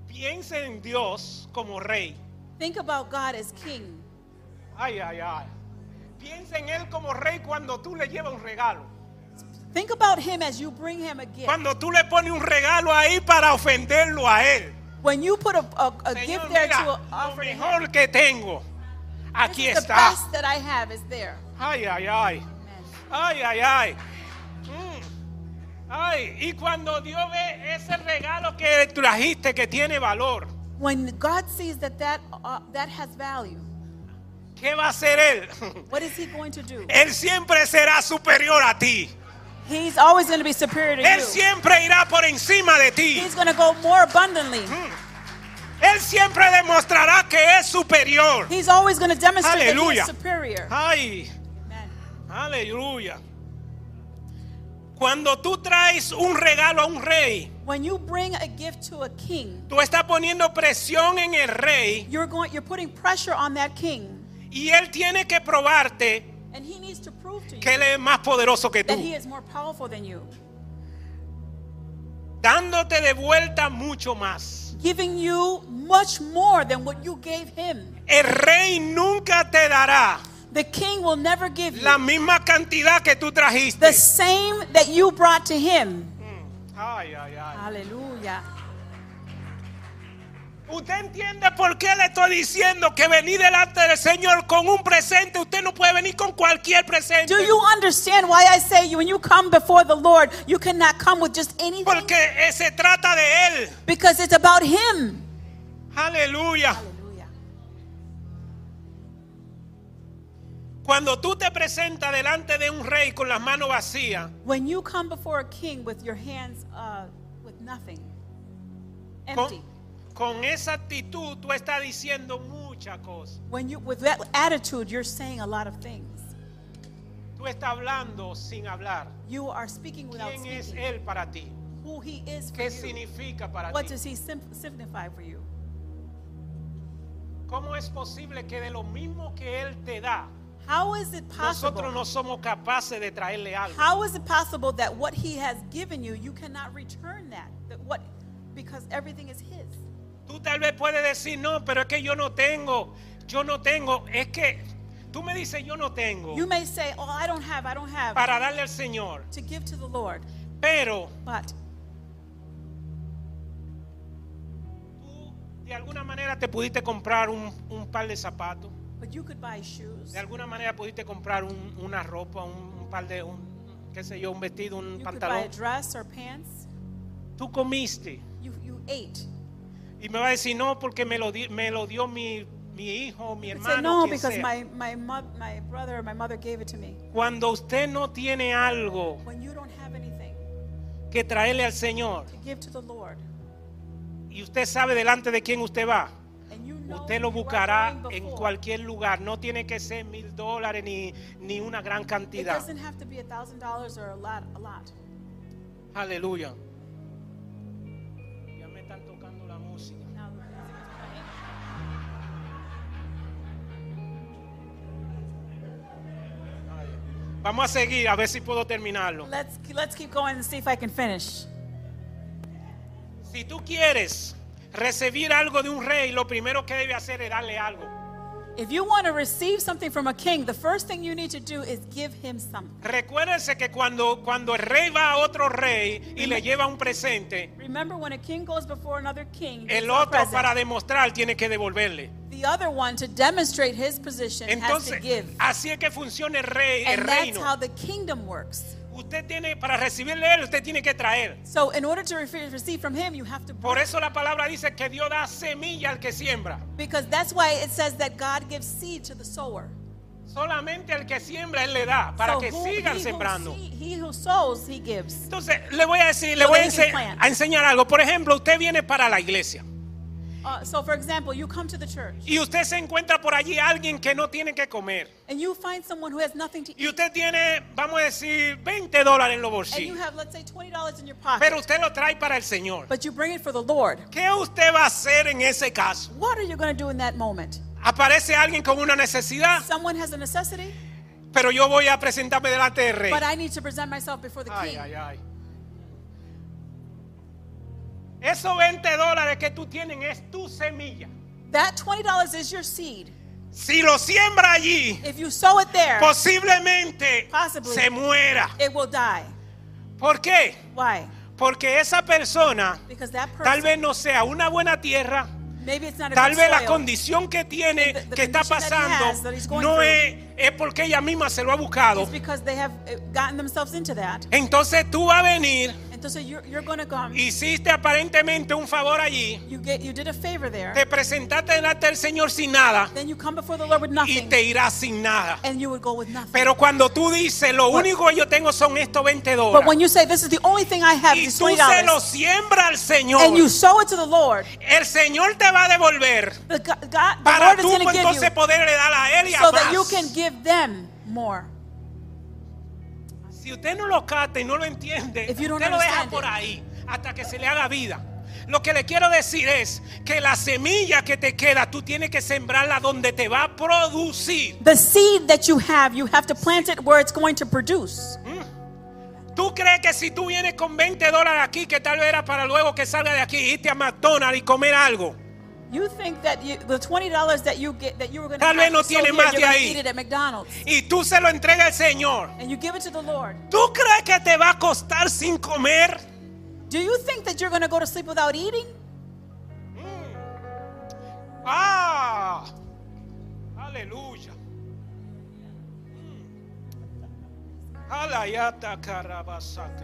A: piense en Dios como rey.
B: Think about God as king.
A: Ay, ay, ay. Piensa en Él como rey cuando tú le llevas un regalo.
B: Think about him as you bring him a gift.
A: Cuando tú le pones un regalo ahí para ofenderlo a Él.
B: When you put a, a, a
A: Señor,
B: gift there to
A: mira, lo
B: offer him,
A: mejor que tengo. Aquí
B: this is the
A: está.
B: best that I have is there.
A: Ay, ay, ay.
B: Amen.
A: Ay, ay, ay. Mm. Ay, y cuando Dios ve ese regalo que trajiste que tiene valor,
B: When God sees that that, uh, that has value,
A: ¿qué va a hacer Él?
B: what is he going to do?
A: Él siempre será superior a ti.
B: He's always going to be superior to
A: Él
B: you.
A: siempre irá por encima de ti.
B: He's going to go more abundantly.
A: Él siempre demostrará que es superior.
B: He's always going to demonstrate that he
A: Aleluya.
B: is superior.
A: Ay,
B: Amen.
A: aleluya. Cuando tú traes un regalo a un rey,
B: When you bring a gift to a king,
A: tú estás poniendo presión en el rey
B: you're going you're putting pressure on that king,
A: y él tiene que probarte
B: and he needs to prove to you
A: que él es más poderoso que
B: that he
A: tú,
B: is more powerful than you,
A: dándote de vuelta mucho más.
B: giving you much more than what you gave him.
A: El rey nunca te dará
B: The king will never give you
A: la misma cantidad que tú trajiste.
B: the same that you brought to him.
A: Mm, Ay, ay, ay.
B: Hallelujah.
A: ¿Usted entiende por qué le estoy diciendo que venir delante del Señor con un presente? Usted no puede venir con cualquier presente.
B: Do you understand why I say you when you come before the Lord, you cannot come with just anything
A: Porque eh, se trata de Él.
B: because it's about him.
A: Aleluya.
B: Hallelujah.
A: Cuando tú te presentas delante de un rey con las manos vacías,
B: When you come before a king with your hands uh, with nothing, empty,
A: con, con esa actitud tú estás diciendo muchas cosas.
B: when you with that attitude, you're saying a lot of things.
A: Tú estás hablando sin hablar.
B: You are speaking without
A: ¿Quién es
B: speaking.
A: Él para ti?
B: Who he is for
A: ¿Qué
B: you.
A: significa para
B: What
A: ti?
B: does he sim- signify for you?
A: ¿Cómo es posible que de lo mismo que Él te da,
B: How is it
A: nosotros
B: possible?
A: no somos capaces de traerle algo?
B: How is it possible that what he has given you, you cannot return that? That what because everything is his.
A: Tú tal vez puedes decir, no, pero es que yo no tengo, yo no tengo, es que tú me dices, yo no tengo
B: You may say, "Oh, I don't have, I don't have
A: para darle al Señor,
B: to give to the Lord."
A: pero
B: But
A: tú de alguna manera te pudiste comprar un, un par de zapatos,
B: but you could buy shoes.
A: de alguna manera pudiste comprar un- una ropa, un, un par de, un, qué sé yo, un vestido, un
B: You could buy a
A: pantalón.
B: dress or pants.
A: Tú comiste
B: You, you ate.
A: y me va a decir, no, porque me lo, di- me lo dio mi, mi hijo, mi
B: You could say,
A: hermano.
B: no,
A: quien
B: because
A: sea".
B: my, my, mo- my brother or my mother gave it to me.
A: Cuando usted no tiene algo
B: When you don't have anything
A: que traerle al Señor
B: to give to the Lord,
A: y usted sabe delante de quién usted va,
B: and you know
A: Usted lo
B: you are
A: buscará
B: going
A: en
B: before,
A: cualquier lugar. No tiene que ser mil dólares ni, ni una gran
B: it
A: cantidad.
B: doesn't have to be a thousand dollars or a lot, a lot.
A: Aleluya. Ya me están tocando la música.
B: Now the music is playing.
A: Vamos a seguir a ver si puedo terminarlo.
B: Let's let's keep going and see if I can finish.
A: Si tú quieres recibir algo de un rey, lo primero que debe hacer es darle algo.
B: If you want to receive something from a king, the first thing you need to do is give him something.
A: Recuérdense que cuando, cuando el rey va a otro rey y le lleva un presente,
B: Remember, when a king goes before another king, gives
A: el
B: him a
A: otro
B: present,
A: para demostrar tiene que devolverle.
B: the other one to demonstrate his position has to
A: Entonces,
B: give.
A: así es que funciona el rey, el
B: And that's
A: reino.
B: how the kingdom works.
A: Usted tiene, para recibirle él, usted tiene que traer.
B: So, in order to re- receive from him, you have to
A: Por
B: bring.
A: eso la palabra dice que Dios da semilla al que siembra.
B: Because that's why it says that God gives seed to the sower.
A: Solamente al que siembra Él le da para
B: so
A: que
B: who-
A: sigan
B: he,
A: sembrando.
B: Who see- he who sows, he gives.
A: Entonces, le voy a decir, le
B: So
A: voy a,
B: they can
A: ense-
B: plant.
A: a enseñar algo. Por ejemplo, usted viene para la iglesia
B: Uh, so, for example, you come to the church
A: Y usted se encuentra por allí alguien que no tiene que comer.
B: and you find someone who has nothing to eat,
A: Y usted tiene, vamos a decir, 20 dólares en los
B: and you
A: bolsillos.
B: have, let's say, $20 in your pocket,
A: Pero usted lo trae para el Señor.
B: but you bring it for the Lord.
A: ¿Qué usted va a hacer en ese caso?
B: What are you going to do in that moment?
A: Aparece alguien con una necesidad,
B: Someone has a necessity,
A: pero yo voy a presentarme delante del rey.
B: but I need to present myself before the
A: Ay,
B: king.
A: ay, ay. Esos 20 dólares que tú tienes es tu semilla.
B: That $20 is your seed.
A: Si lo siembra allí,
B: If you sow it there,
A: posiblemente
B: Possibly.
A: se muera.
B: it will die.
A: ¿Por qué?
B: Why?
A: Porque esa persona
B: Because that person,
A: tal vez no sea una buena tierra,
B: maybe it's not a
A: tal
B: good
A: vez la
B: soil.
A: condición que tiene,
B: The- the
A: que está
B: condition that he
A: pasando,
B: has, that he's going
A: no
B: through.
A: es, es porque ella misma se lo ha buscado.
B: It's because they have uh, gotten themselves into that.
A: Entonces tú vas a venir,
B: And so you're, you're going to come.
A: hiciste aparentemente un favor allí,
B: You, get, you did a favor there.
A: te presentaste delante del Señor sin nada.
B: Then you come before the Lord with
A: y
B: nothing.
A: te irás sin nada.
B: and you would go with nothing.
A: Pero cuando tú dices, lo único que yo tengo son estos 20
B: but when
A: dólares,
B: you say, this is the only thing I have,
A: y
B: is
A: tú se lo
B: $20,
A: siembra al Señor,
B: and you sow it to the Lord,
A: el Señor te va a devolver
B: the, God, God- the
A: para
B: Lord is
A: tú
B: going to give
A: entonces
B: you
A: poderle dar a Él y a
B: so
A: más.
B: that you can give them more.
A: Si usted no lo cata y no lo entiende,
B: If you don't
A: usted lo deja
B: understand
A: por
B: it.
A: ahí hasta que se le haga vida. Lo que le quiero decir es que la semilla que te queda, tú tienes que sembrarla donde te va a producir.
B: The seed that you have, you have to plant it where it's going to produce.
A: ¿Tú crees que si tú vienes con 20 dólares aquí, que tal vez era para luego que salga de aquí, irte a McDonald's y comer algo?
B: You think that you, the $20 that you get, that you were going to
A: Tal
B: have,
A: vez no
B: to sow
A: tiene
B: here,
A: más
B: you're
A: de
B: gonna
A: ahí.
B: eat it at McDonald's.
A: y tú se lo entregas al Señor,
B: And you give it to the Lord.
A: ¿tú crees que te va a costar sin comer?
B: Do you think that you're going to go to sleep without eating?
A: Ah, aleluya. Alayata carabasata.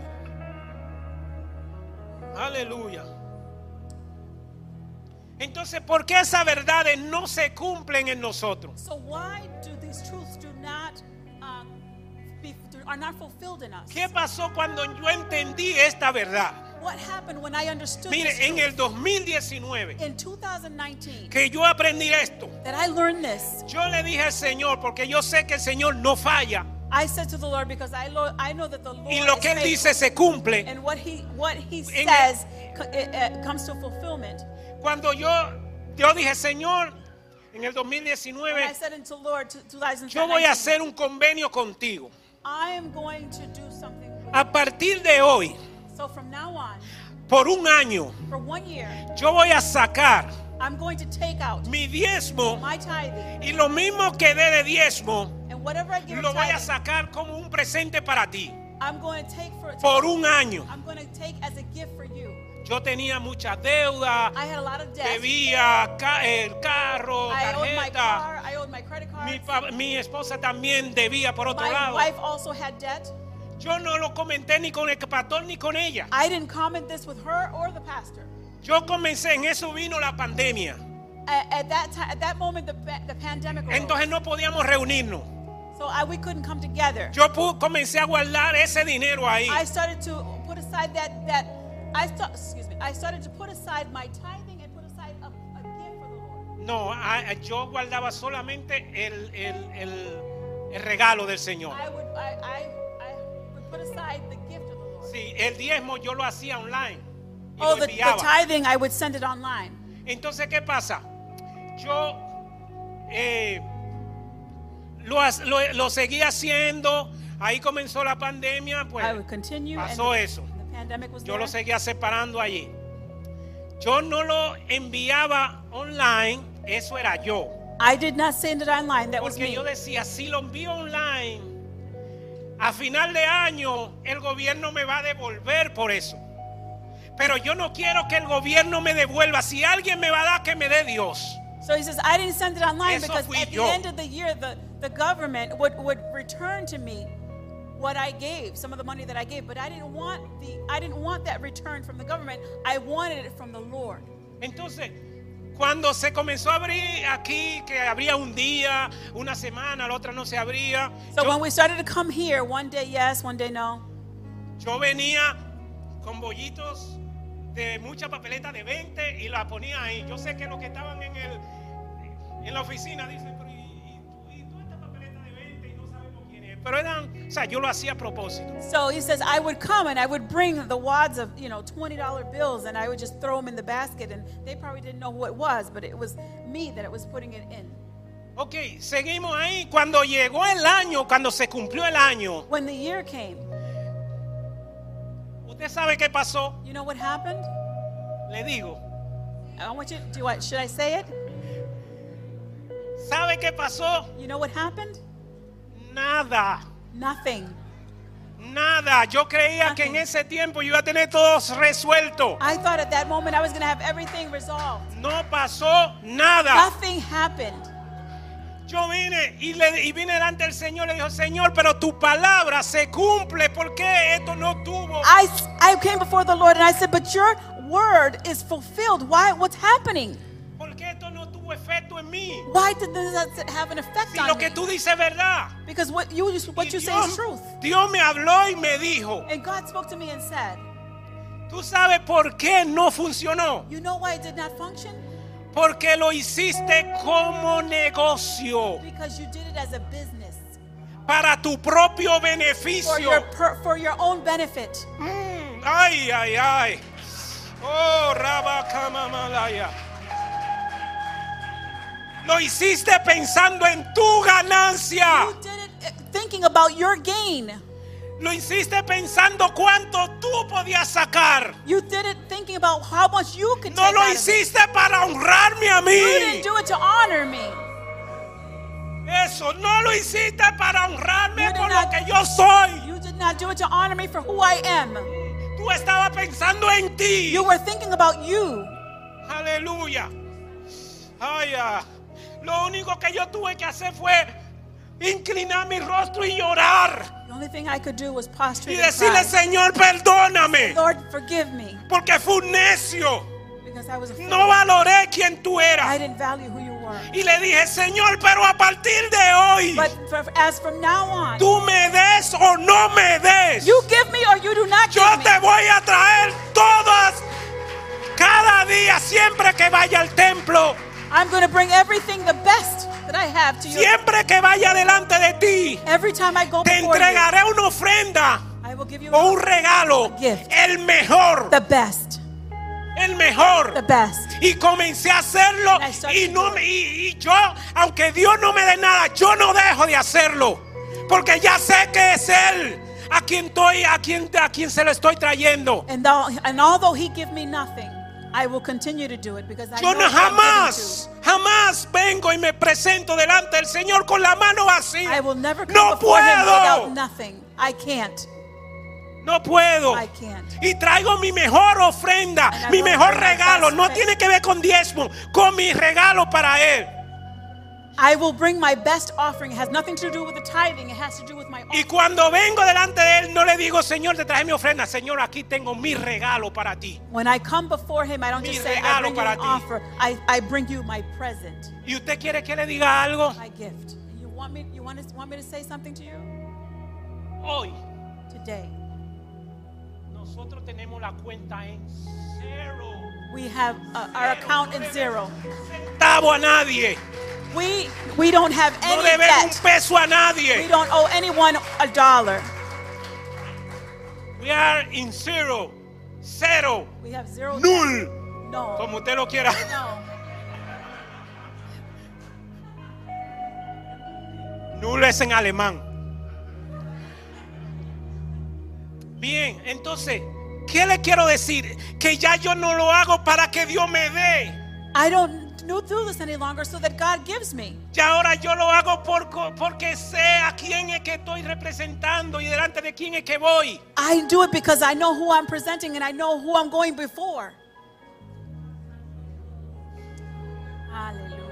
A: Aleluya. Entonces, ¿por qué esas verdades no se cumplen en nosotros?
B: So why do these truths do not um, be, do- are not fulfilled in us?
A: ¿Qué pasó cuando yo entendí esta verdad?
B: What happened when I understood this
A: Mire, en
B: truth?
A: el 2019,
B: in 2019
A: que yo aprendí esto,
B: that I learned this?
A: Yo le dije al Señor, porque yo sé que el Señor no falla.
B: I said to the Lord because I lo- I know that the Lord
A: Y lo
B: is
A: que Él
B: faithful,
A: dice se cumple.
B: and what he what he
A: En-
B: says co- it, uh, comes to fulfillment.
A: Cuando yo, yo dije, Señor, en el
B: And I
A: 2019,
B: said unto the Lord to 2019,
A: yo voy a hacer un convenio contigo.
B: I am going to do something.
A: A partir de hoy,
B: So from now on,
A: por un año,
B: for one year,
A: yo voy a sacar
B: I'm going to take out
A: mi diezmo
B: my tithing
A: y lo mismo que dé de diezmo,
B: and whatever I give in
A: lo voy a
B: tithing,
A: sacar como un presente para ti.
B: I'm going to take for
A: Por un año.
B: I'm going to take as a gift for you.
A: Yo tenía mucha deuda,
B: I had a lot of debt.
A: debía ca- el carro,
B: I owed my
A: tarjeta.
B: car. I owed my credit card.
A: Mi, pa- mi esposa también debía por otro
B: My
A: lado.
B: wife also had debt.
A: Yo no lo comenté ni con el pastor ni con ella.
B: I didn't comment this with her or the pastor.
A: Yo comencé, en eso vino la pandemia.
B: Oh. At, at that time, at that moment, the, pa- the pandemic arose.
A: Entonces no podíamos reunirnos.
B: so I, we couldn't come together.
A: Yo pu- comencé a guardar ese dinero ahí.
B: I started to put aside that that I sta- excuse me. I started to put aside my tithing and put aside a, a gift for the Lord.
A: No, a- a- yo guardaba solamente el, el- el- el regalo del Señor.
B: I would I, I, I would put aside the gift of the Lord.
A: Sí, el diezmo yo lo hacía online. y
B: oh,
A: lo
B: the, the
A: enviaba.
B: tithing I would send it online.
A: Entonces, ¿qué pasa? Yo eh, lo, ha- lo- lo seguí haciendo, ahí comenzó la pandemia, pues
B: I would continue. and
A: pasó eso.
B: The pandemic was
A: Yo lo
B: there.
A: seguía separando allí. Yo no lo enviaba online, eso era yo.
B: I did not send it online. That was
A: Porque
B: me.
A: yo decía, si lo envío online, a final de año el gobierno me va a devolver por eso. Pero yo no quiero que el gobierno me devuelva. Si alguien me va a dar, que me dé Dios.
B: So he says, I didn't send it online
A: Eso
B: because
A: fui
B: at
A: yo.
B: the end of the year, the, the government would, would return to me what I gave, some of the money that I gave. But I didn't want the I didn't want that return from the government. I wanted it from the Lord.
A: Entonces, cuando se comenzó a abrir aquí, que abría un día, una semana, la otra no se abría,
B: So
A: yo,
B: when we started to come here, one day yes, one day no,
A: yo venía con bollitos de mucha papeleta de 20 y la ponía ahí. Yo sé que los que estaban en, el, en la oficina dicen, pero y, y tú, y tú esta papeleta de 20 y no sabemos quién es. Pero eran, o sea, yo lo hacía a propósito.
B: So he says, I would come and I would bring the wads of, you know, $20 bills and I would just throw them in the basket. And they probably didn't know who it was, but it was me that it was putting it in.
A: Ok, seguimos ahí. Cuando llegó el año, cuando se cumplió el año,
B: When the year came,
A: usted sabe qué pasó.
B: you know what happened?
A: Le digo,
B: I want you, do I, should I say it?
A: ¿sabe qué pasó?
B: You know what happened?
A: Nada.
B: Nothing.
A: Nada, yo creía que en ese tiempo yo iba a tener todo resuelto.
B: I thought at that moment I was going to have everything resolved.
A: No pasó nada.
B: Nothing happened.
A: Yo vine y, le, y vine delante del Señor y le dijo, Señor, pero tu palabra se cumple. ¿Por qué esto no tuvo?
B: I, s- I came before the Lord and I said, But your word is fulfilled. Why? What's happening?
A: ¿Por qué esto no tuvo efecto en mí?
B: Why did this not have an effect
A: Si lo
B: on
A: que
B: me?
A: tú dices es verdad.
B: Because what you,
A: Y
B: what you say
A: Dios,
B: is truth.
A: Dios me habló y me dijo,
B: And God spoke to me and said,
A: tú sabes por qué no funcionó.
B: You know why it did not function?
A: Porque lo hiciste como negocio,
B: Because you did it as a business
A: para tu propio
B: for
A: beneficio.
B: your, per, for your own benefit.
A: Mm, ay, ay, ay. Oh, Rabacamamalaya. Lo hiciste pensando en tu ganancia.
B: You did it eh, thinking about your gain.
A: Lo hiciste pensando cuánto tú podías sacar.
B: You did it thinking about how much you could
A: No
B: take
A: lo
B: out of it.
A: hiciste para honrarme a
B: You didn't
A: mí.
B: do it to honor me.
A: Eso, no lo hiciste para honrarme
B: You did
A: por lo
B: not-
A: que yo soy.
B: You did not do it to honor me for who I am.
A: Tú estabas pensando en ti.
B: You were thinking about you.
A: Aleluya. Ay, ah. Lo único que yo tuve que hacer fue inclinar mi rostro y llorar.
B: The only thing I could do was prostrate
A: Y
B: and
A: decirle,
B: cry.
A: Señor, perdóname.
B: Lord, forgive me
A: Porque fui un necio.
B: because I was afraid.
A: No valoré quién tú
B: I
A: eras.
B: didn't value who you were.
A: Y le dije, Señor, pero a partir de hoy,
B: But for, as from now on,
A: tú me des o no me des.
B: you give me or you do not
A: Yo
B: give me.
A: te voy a traer todas, cada día, siempre que vaya al templo,
B: I'm going to bring everything the best that I have to you.
A: siempre que vaya delante de ti.
B: Every time I go
A: Te
B: before you,
A: entregaré una ofrenda
B: I will give you
A: o un regalo.
B: Gift.
A: El mejor,
B: the best,
A: el
B: the
A: mejor.
B: best.
A: Y comencé a hacerlo
B: And I started
A: y
B: to
A: no
B: do
A: me- y, y yo, aunque Dios no me dé nada, yo no dejo de hacerlo, porque ya sé que es él a quien estoy, a quien a quien se lo estoy trayendo.
B: And, though, and although he give me nothing, I will continue to do it because I
A: Yo
B: know
A: no
B: who I'm
A: jamás, jamás vengo y me presento delante del Señor con la mano
B: given to. I
A: vacía.
B: will never come
A: No
B: before him without
A: puedo,
B: nothing. I can't.
A: no puedo.
B: I can't.
A: Y traigo mi mejor ofrenda,
B: And I
A: mi
B: will
A: mejor
B: bring my
A: regalo.
B: best
A: No
B: gift.
A: tiene que ver con diezmo, con mi regalo para Él.
B: I will bring my best offering. It has nothing to do with the tithing. It has to do with my
A: Y
B: offering.
A: cuando vengo delante de Él, no le digo, Señor, te traje mi ofrenda. Señor, aquí tengo mi regalo para ti.
B: When I come before him, I don't
A: Mi
B: just say, I
A: regalo
B: bring you
A: para
B: an
A: ti."
B: offer. I, I bring you my present,
A: ¿Y usted quiere que le diga algo?
B: my gift. And You want me, you want, to, want me to say something to you?
A: Hoy
B: Today,
A: nosotros tenemos la cuenta en cero.
B: we have uh, our account in zero.
A: Tabo a nadie.
B: We, we don't have
A: No
B: any
A: debemos un
B: debt.
A: peso a
B: We
A: nadie.
B: don't owe anyone a dollar.
A: We are in zero. Cero.
B: We have zero debt.
A: Null.
B: No.
A: Como usted lo quiera.
B: No.
A: Null es en alemán. Bien, entonces, ¿qué le quiero decir? Que ya yo no lo hago para que Dios me dé.
B: I don't do do this any longer so that God gives me.
A: Y ahora yo lo hago por co- porque sé a quién es que estoy representando y delante de quién es que voy.
B: I do it because I know who I'm presenting and I know who I'm going before. Hallelujah.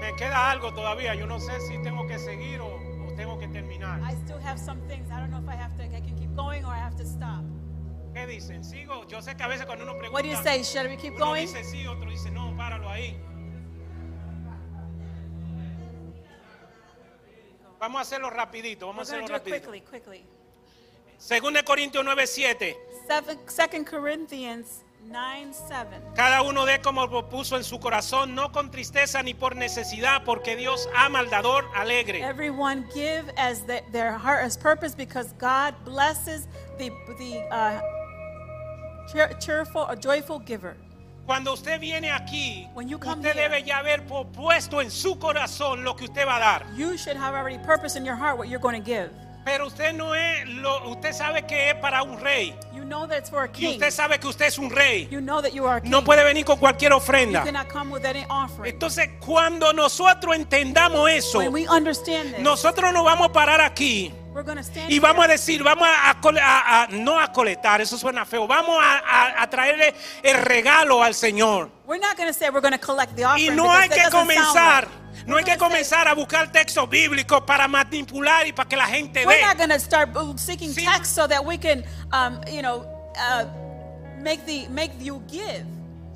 A: Me queda algo todavía. Yo no sé si tengo que seguir o, o tengo que terminar.
B: I still have some things. I don't know if I have to, I can keep going or I have to stop.
A: ¿Qué dicen? ¿Sigo? Yo sé que a veces cuando uno pregunta,
B: What do you say? Should we keep
A: uno
B: going?
A: dice sí, otro dice no, páralo ahí. Vamos a hacerlo rapidito,
B: We're
A: vamos a
B: going to
A: hacerlo
B: do it
A: rapidito.
B: quickly, quickly.
A: Según de Corintios 9:7.
B: Seven, Second Corinthians 9 7.
A: Cada uno de como lo puso en su corazón, no con tristeza ni por necesidad, porque Dios ama al dador alegre.
B: Everyone give as the, their heart as purpose because God blesses the, the uh, cheer- cheerful or joyful giver.
A: Cuando usted viene aquí,
B: When you come
A: usted
B: here-
A: debe ya haber po- puesto en su corazón lo que usted va a dar.
B: You should have already purpose in your heart what you're going to give.
A: Pero usted no es lo, usted sabe que es para un rey.
B: You know that it's for a
A: Y
B: king.
A: usted sabe que usted es un rey.
B: You know that you are a king.
A: No puede venir con cualquier
B: you
A: ofrenda.
B: cannot come with any offering.
A: Entonces, cuando nosotros entendamos eso,
B: When we understand this,
A: nosotros no vamos a parar aquí
B: we're going to stand
A: y vamos a
B: here
A: decir, vamos a, a cole- a- a- no a coletar, eso suena feo, vamos a, a- a traerle el regalo al Señor.
B: We're not going to say we're going to collect the offering.
A: Y no
B: because
A: hay
B: that
A: que
B: doesn't sound
A: comenzar,
B: right.
A: no hay que
B: We're gonna say-
A: comenzar a buscar textos bíblicos para manipular y para que la gente
B: We're not
A: vea.
B: going to start bo- seeking
A: Sí.
B: tax so that we can, um, you know, uh, make the make you give.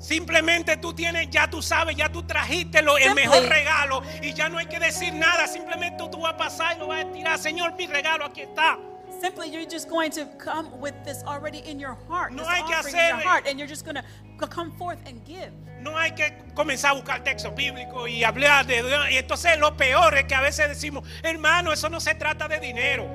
A: Simplemente tú tienes, ya tú sabes, ya tú trajiste lo, el mejor
B: Simply.
A: regalo y ya no hay que decir nada, simplemente tú vas a pasar y lo vas a tirar, Señor, mi regalo aquí está.
B: Simply, you're just going to come with this already in your heart,
A: No
B: this
A: hay que
B: offering in your
A: hacer-
B: heart, and you're just going to come forth and give.
A: No hay que comenzar a buscar textos bíblicos y hablar de Dios. Y entonces lo peor es que a veces decimos, hermano, eso no se trata de dinero.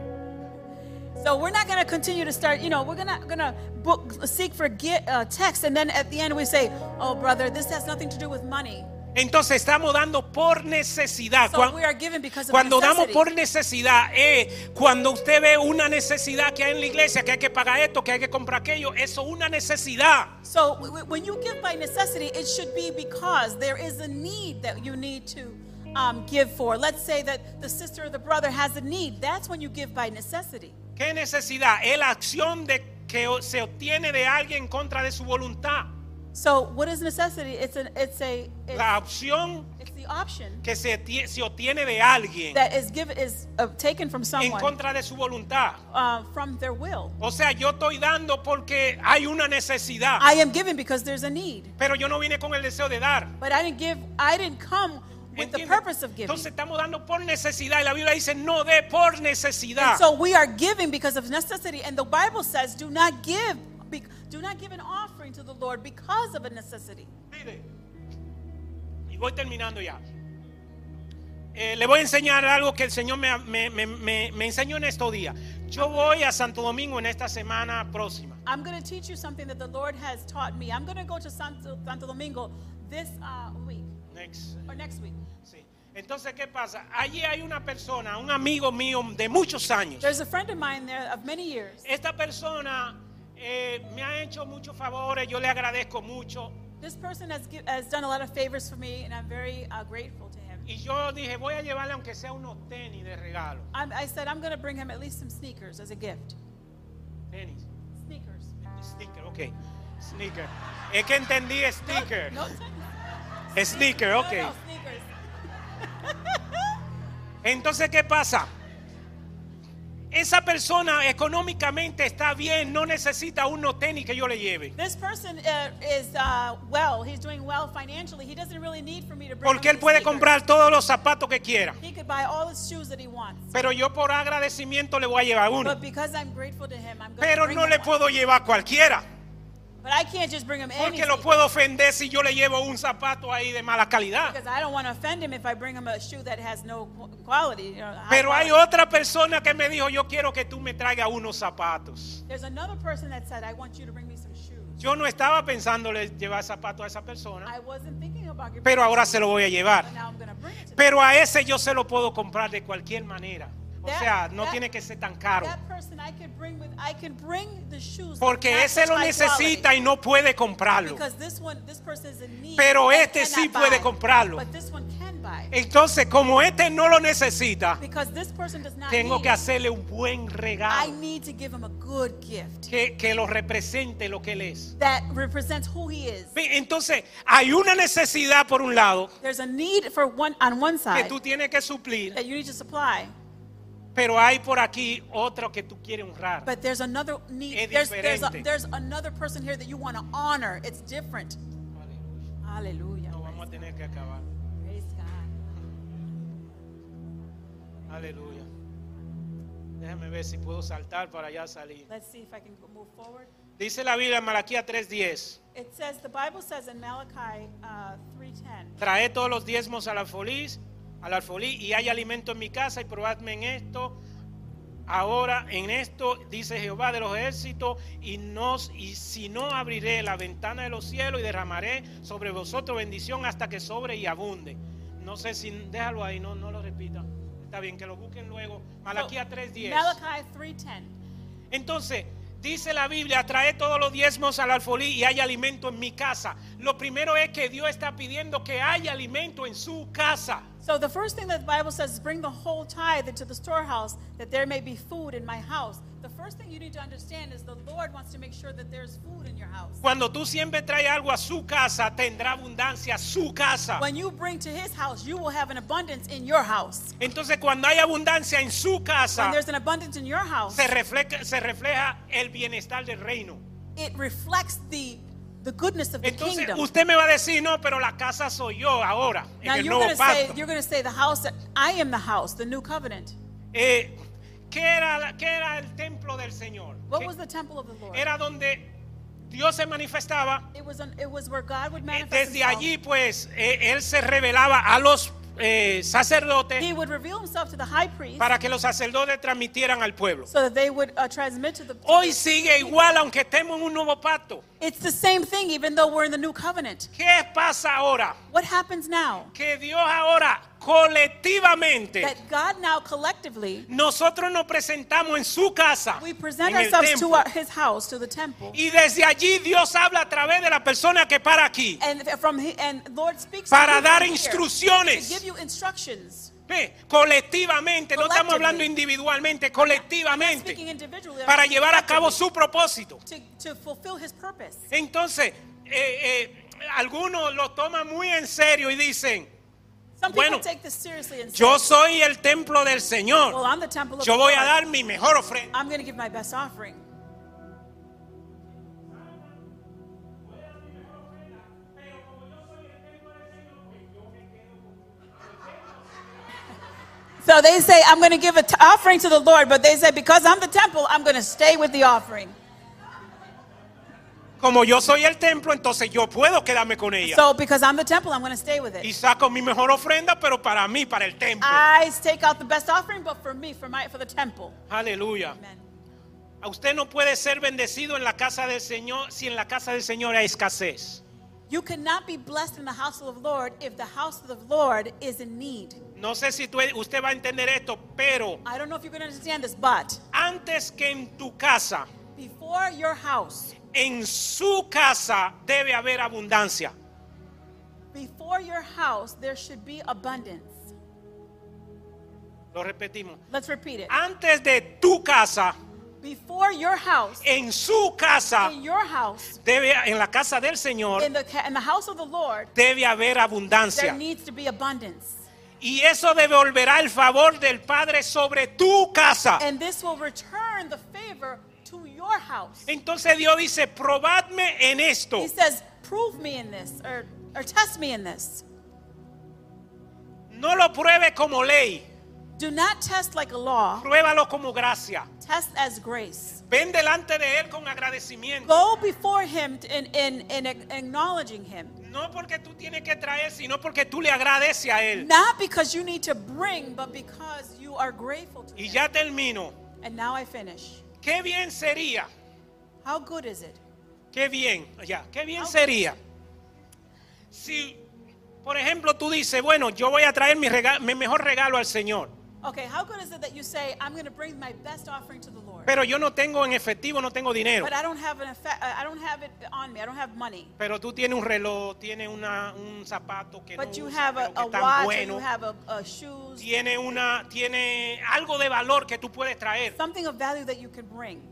B: So we're not going to continue to start. You know, we're gonna gonna book, seek for get, uh, text, and then at the end we say, "Oh, brother, this has nothing to do with money."
A: Entonces estamos dando por necesidad.
B: So
A: Cuan-
B: we are given because of
A: Cuando damos
B: necessity.
A: por necesidad, eh, cuando usted ve una necesidad que hay en la iglesia, que hay que pagar esto, que hay que comprar aquello, eso es una necesidad.
B: So w- w- when you give by necessity, it should be because there is a need that you need to um, give for. Let's say that the sister or the brother has a need. That's when you give by necessity.
A: ¿Qué necesidad? Es la acción de que o- se obtiene de alguien en contra de su voluntad.
B: So what is necessity? It's an it's a it's,
A: La opción
B: it's the option
A: que se, tie- se obtiene de alguien
B: that is given is uh, taken from
A: en
B: someone
A: contra de su voluntad.
B: uh, from their will.
A: O sea, yo estoy dando porque hay una necesidad,
B: I am giving because there's a need,
A: pero yo no vine con el deseo de dar.
B: but I didn't give. I didn't come with the
A: ¿Entiende?
B: purpose of giving.
A: Entonces estamos dando por necesidad y la Biblia dice no dé por necesidad.
B: So we are giving because of necessity, and the Bible says, "Do not give, be- do not give an offering to the Lord because of a necessity."
A: Mire, y voy terminando ya. Eh, le voy a enseñar algo que el Señor me, me- me- me- me enseñó en estos días. Yo voy a Santo Domingo en esta semana próxima.
B: I'm going to teach you something that the Lord has taught me. I'm going to go to Santo, Santo Domingo this uh, week
A: Next.
B: or next week.
A: Sí. Entonces, ¿qué pasa? Allí hay una persona, un amigo mío de muchos años.
B: There's a friend of mine there of many years.
A: Esta persona eh, me ha hecho muchos favores, yo le agradezco mucho.
B: This person has, gi- has done a lot of favors for me, and I'm very uh, grateful to him.
A: Y yo dije, voy a llevarle aunque sea unos tenis de regalo.
B: I'm, I said I'm going to bring him at least some sneakers as a gift.
A: Tenis.
B: Sneakers.
A: Sneaker, ok. Sneaker. Es que entendí sneaker.
B: No, no,
A: Sneaker,
B: no,
A: ok.
B: no, sneakers.
A: Entonces, ¿qué pasa? Esa persona económicamente está bien, no necesita unos tenis que yo le lleve.
B: This person uh, is uh, well. He's doing well financially. He doesn't really need for me to bring
A: Porque
B: him
A: él puede
B: these sneakers.
A: comprar todos los zapatos que quiera.
B: He could buy all the shoes that he wants.
A: Pero yo por agradecimiento le voy a llevar uno.
B: But because I'm grateful to him, I'm going
A: Pero
B: to bring
A: no
B: him
A: le
B: one.
A: puedo llevar cualquiera.
B: But I can't just bring him any
A: Porque lo
B: sneaker,
A: puedo ofender si yo le llevo un zapato ahí de mala calidad.
B: because I don't want to offend him if I bring him a shoe that has no qu- quality. You know, high
A: Pero hay
B: quality.
A: otra persona que me dijo, yo quiero que tú me traigas unos zapatos.
B: There's another person that said, "I want you to bring me some shoes."
A: Yo no estaba pensándole llevar zapatos a esa persona,
B: I wasn't thinking about your.
A: pero ahora se lo voy a llevar.
B: But now I'm going to bring it to
A: Pero a ese yo se lo puedo comprar de cualquier manera. O
B: That-
A: sea, no
B: that-
A: tiene que ser tan caro.
B: that person. I could bring with. I can bring the shoes.
A: Porque
B: that
A: ese
B: match
A: lo
B: my
A: necesita y
B: quality.
A: no puede comprarlo.
B: Because this one, this person is in need.
A: Pero
B: and
A: este sí
B: cannot
A: puede
B: buy.
A: comprarlo. Eh,
B: But this one can buy.
A: Entonces, como este no lo necesita,
B: Because this person does not
A: tengo
B: need
A: que
B: it.
A: hacerle un buen
B: I
A: regalo
B: need to give him a good gift
A: que, que lo represente lo que él es.
B: that represents who he is.
A: Ve, Entonces, hay una necesidad por un lado
B: There's a need for one on one
A: que
B: side
A: tú tienes que suplir,
B: that you need to supply,
A: pero hay por aquí otro que tú quieres honrar.
B: but there's another need.
A: Es
B: There's, there's, a,
A: diferente.
B: there's another person here that you want to honor. It's different. Hallelujah.
A: No vamos a tener que acabar.
B: Praise God.
A: Aleluya. Déjame ver si puedo saltar para allá salir.
B: Let's see if I can move forward.
A: Dice la Biblia en Malaquía 3:10,
B: It says, the Bible says in Malachi uh, 3.10,
A: trae todos los diezmos al alfolí, al alfolí y hay alimento en mi casa y probadme en esto. Ahora en esto dice Jehová de los ejércitos y, nos, y si no abriré la ventana de los cielos y derramaré sobre vosotros bendición hasta que sobre y abunde. No sé si déjalo ahí, no, no lo repita. Está bien, que lo busquen luego. Malaquía 3:10.
B: Malachi 3.10.
A: Entonces, dice la Biblia, trae todos los diezmos al alfolí y hay alimento en mi casa. Lo primero es que Dios está pidiendo que haya alimento en su casa.
B: So the first thing that the Bible says is bring the whole tithe into the storehouse that there may be food in my house. The first thing you need to understand is the Lord wants to make sure that there's food in your house.
A: Cuando tú siempre traes algo a su casa, tendrá abundancia a su casa.
B: When you bring to his house, you will have an abundance in your house.
A: Entonces, cuando hay abundancia en su casa,
B: When there's an abundance in your house,
A: se refleja, se refleja el bienestar del reino.
B: it reflects the, the goodness of the
A: Entonces,
B: kingdom.
A: usted me va a decir, no, pero la casa soy yo ahora,
B: Now
A: en el
B: you're going
A: nuevo
B: to say
A: pacto.
B: you're going to say the house that I am the house, the new covenant.
A: Eh, ¿qué, era, la- qué era el templo del Señor?
B: What
A: ¿Qué-
B: was the temple of the Lord?
A: era donde Dios se manifestaba.
B: It was an, it was where God would
A: Eh,
B: manifest
A: Desde
B: himself.
A: allí, pues, eh, él se revelaba a los eh, sacerdotes
B: He would reveal himself to the high priest
A: para que los sacerdotes transmitieran al pueblo.
B: so that they would uh, transmit to the
A: Hoy sigue igual, aunque estemos en un nuevo pacto.
B: It's the same thing even though we're in the new covenant.
A: ¿Qué pasa ahora?
B: What happens now?
A: Que Dios ahora, colectivamente,
B: That God now collectively
A: nosotros nos presentamos en su casa,
B: we present
A: en el
B: ourselves to
A: templo.
B: our, his house, to the temple.
A: Y desde allí Dios habla a través de la persona que para aquí,
B: And from he- and Lord speaks to
A: para
B: you
A: dar
B: from here
A: instrucciones.
B: to give you instructions.
A: Ve, colectivamente, no estamos hablando
B: Collectively.
A: individualmente, colectivamente.
B: Speaking individually
A: para llevar a cabo
B: collectively
A: su propósito.
B: to, to fulfill his purpose.
A: Entonces, eh, eh, algunos lo toman muy en serio y dicen,
B: Some
A: Bueno,
B: people take this seriously and say,
A: yo soy el templo del
B: well,
A: Señor,
B: I'm the temple of
A: yo
B: the
A: voy a
B: Lord.
A: dar mi mejor ofrenda.
B: I'm going to give my best offering. So they say, I'm going to give an offering to the Lord, but they say, because I'm the temple, I'm going to stay with the offering.
A: Como yo soy el templo, entonces yo puedo quedarme con ella.
B: So because I'm the temple, I'm going to stay with
A: Y
B: it.
A: saco mi mejor ofrenda, pero para mí, para el templo.
B: I take out the best offering, but for me, for my, for the temple.
A: Aleluya.
B: Amen.
A: A usted no puede ser bendecido en la casa del Señor si en la casa del Señor hay escasez.
B: You cannot be blessed in the house of the Lord if the house of the Lord is in need.
A: No sé si tú- usted va a entender esto, pero
B: I don't know if you're going to understand this, but
A: antes que en tu casa,
B: before your house,
A: en su casa debe haber abundancia.
B: before your house, there should be abundance.
A: Lo repetimos.
B: Let's repeat it.
A: Antes de tu casa,
B: Before your house,
A: en su casa,
B: in your house,
A: debe, en la casa del Señor,
B: in the, ca- in the house of the Lord,
A: debe haber
B: there
A: abundancia.
B: needs to be abundance.
A: Y eso devolverá el favor del Padre sobre tu casa.
B: And this will return the favor to your house.
A: Entonces Dios dice, probadme en esto.
B: He says, prove me in this or, or test me in this.
A: No lo pruebe como ley,
B: Do not test like a law,
A: pruébalo como gracia.
B: test as grace.
A: Ven delante de Él con agradecimiento.
B: Go before him in, in, in acknowledging him.
A: No porque tú tienes que traer, sino porque tú le agradeces a Él.
B: Not because you need to bring, but because you are grateful to
A: Y
B: Him.
A: ya termino.
B: And now I finish.
A: Qué bien sería,
B: How good is it?
A: qué bien, ya, qué bien sería. Si, por ejemplo, tú dices, bueno, yo voy a traer mi, rega- mi mejor regalo al Señor,
B: Okay, how good is it that you say, I'm going to bring my best offering to the Lord,
A: pero yo no tengo en efectivo, no tengo dinero.
B: but I don't have an effect, uh, I don't have it on me. I don't have money.
A: Pero tú tienes un reloj, tienes una, un zapato que
B: But
A: no
B: you
A: usas,
B: have a,
A: pero que
B: a
A: es tan
B: watch, or
A: bueno.
B: you have a, a shoes,
A: Tiene una, tiene algo de valor que tú puedes traer.
B: something of value that you can bring.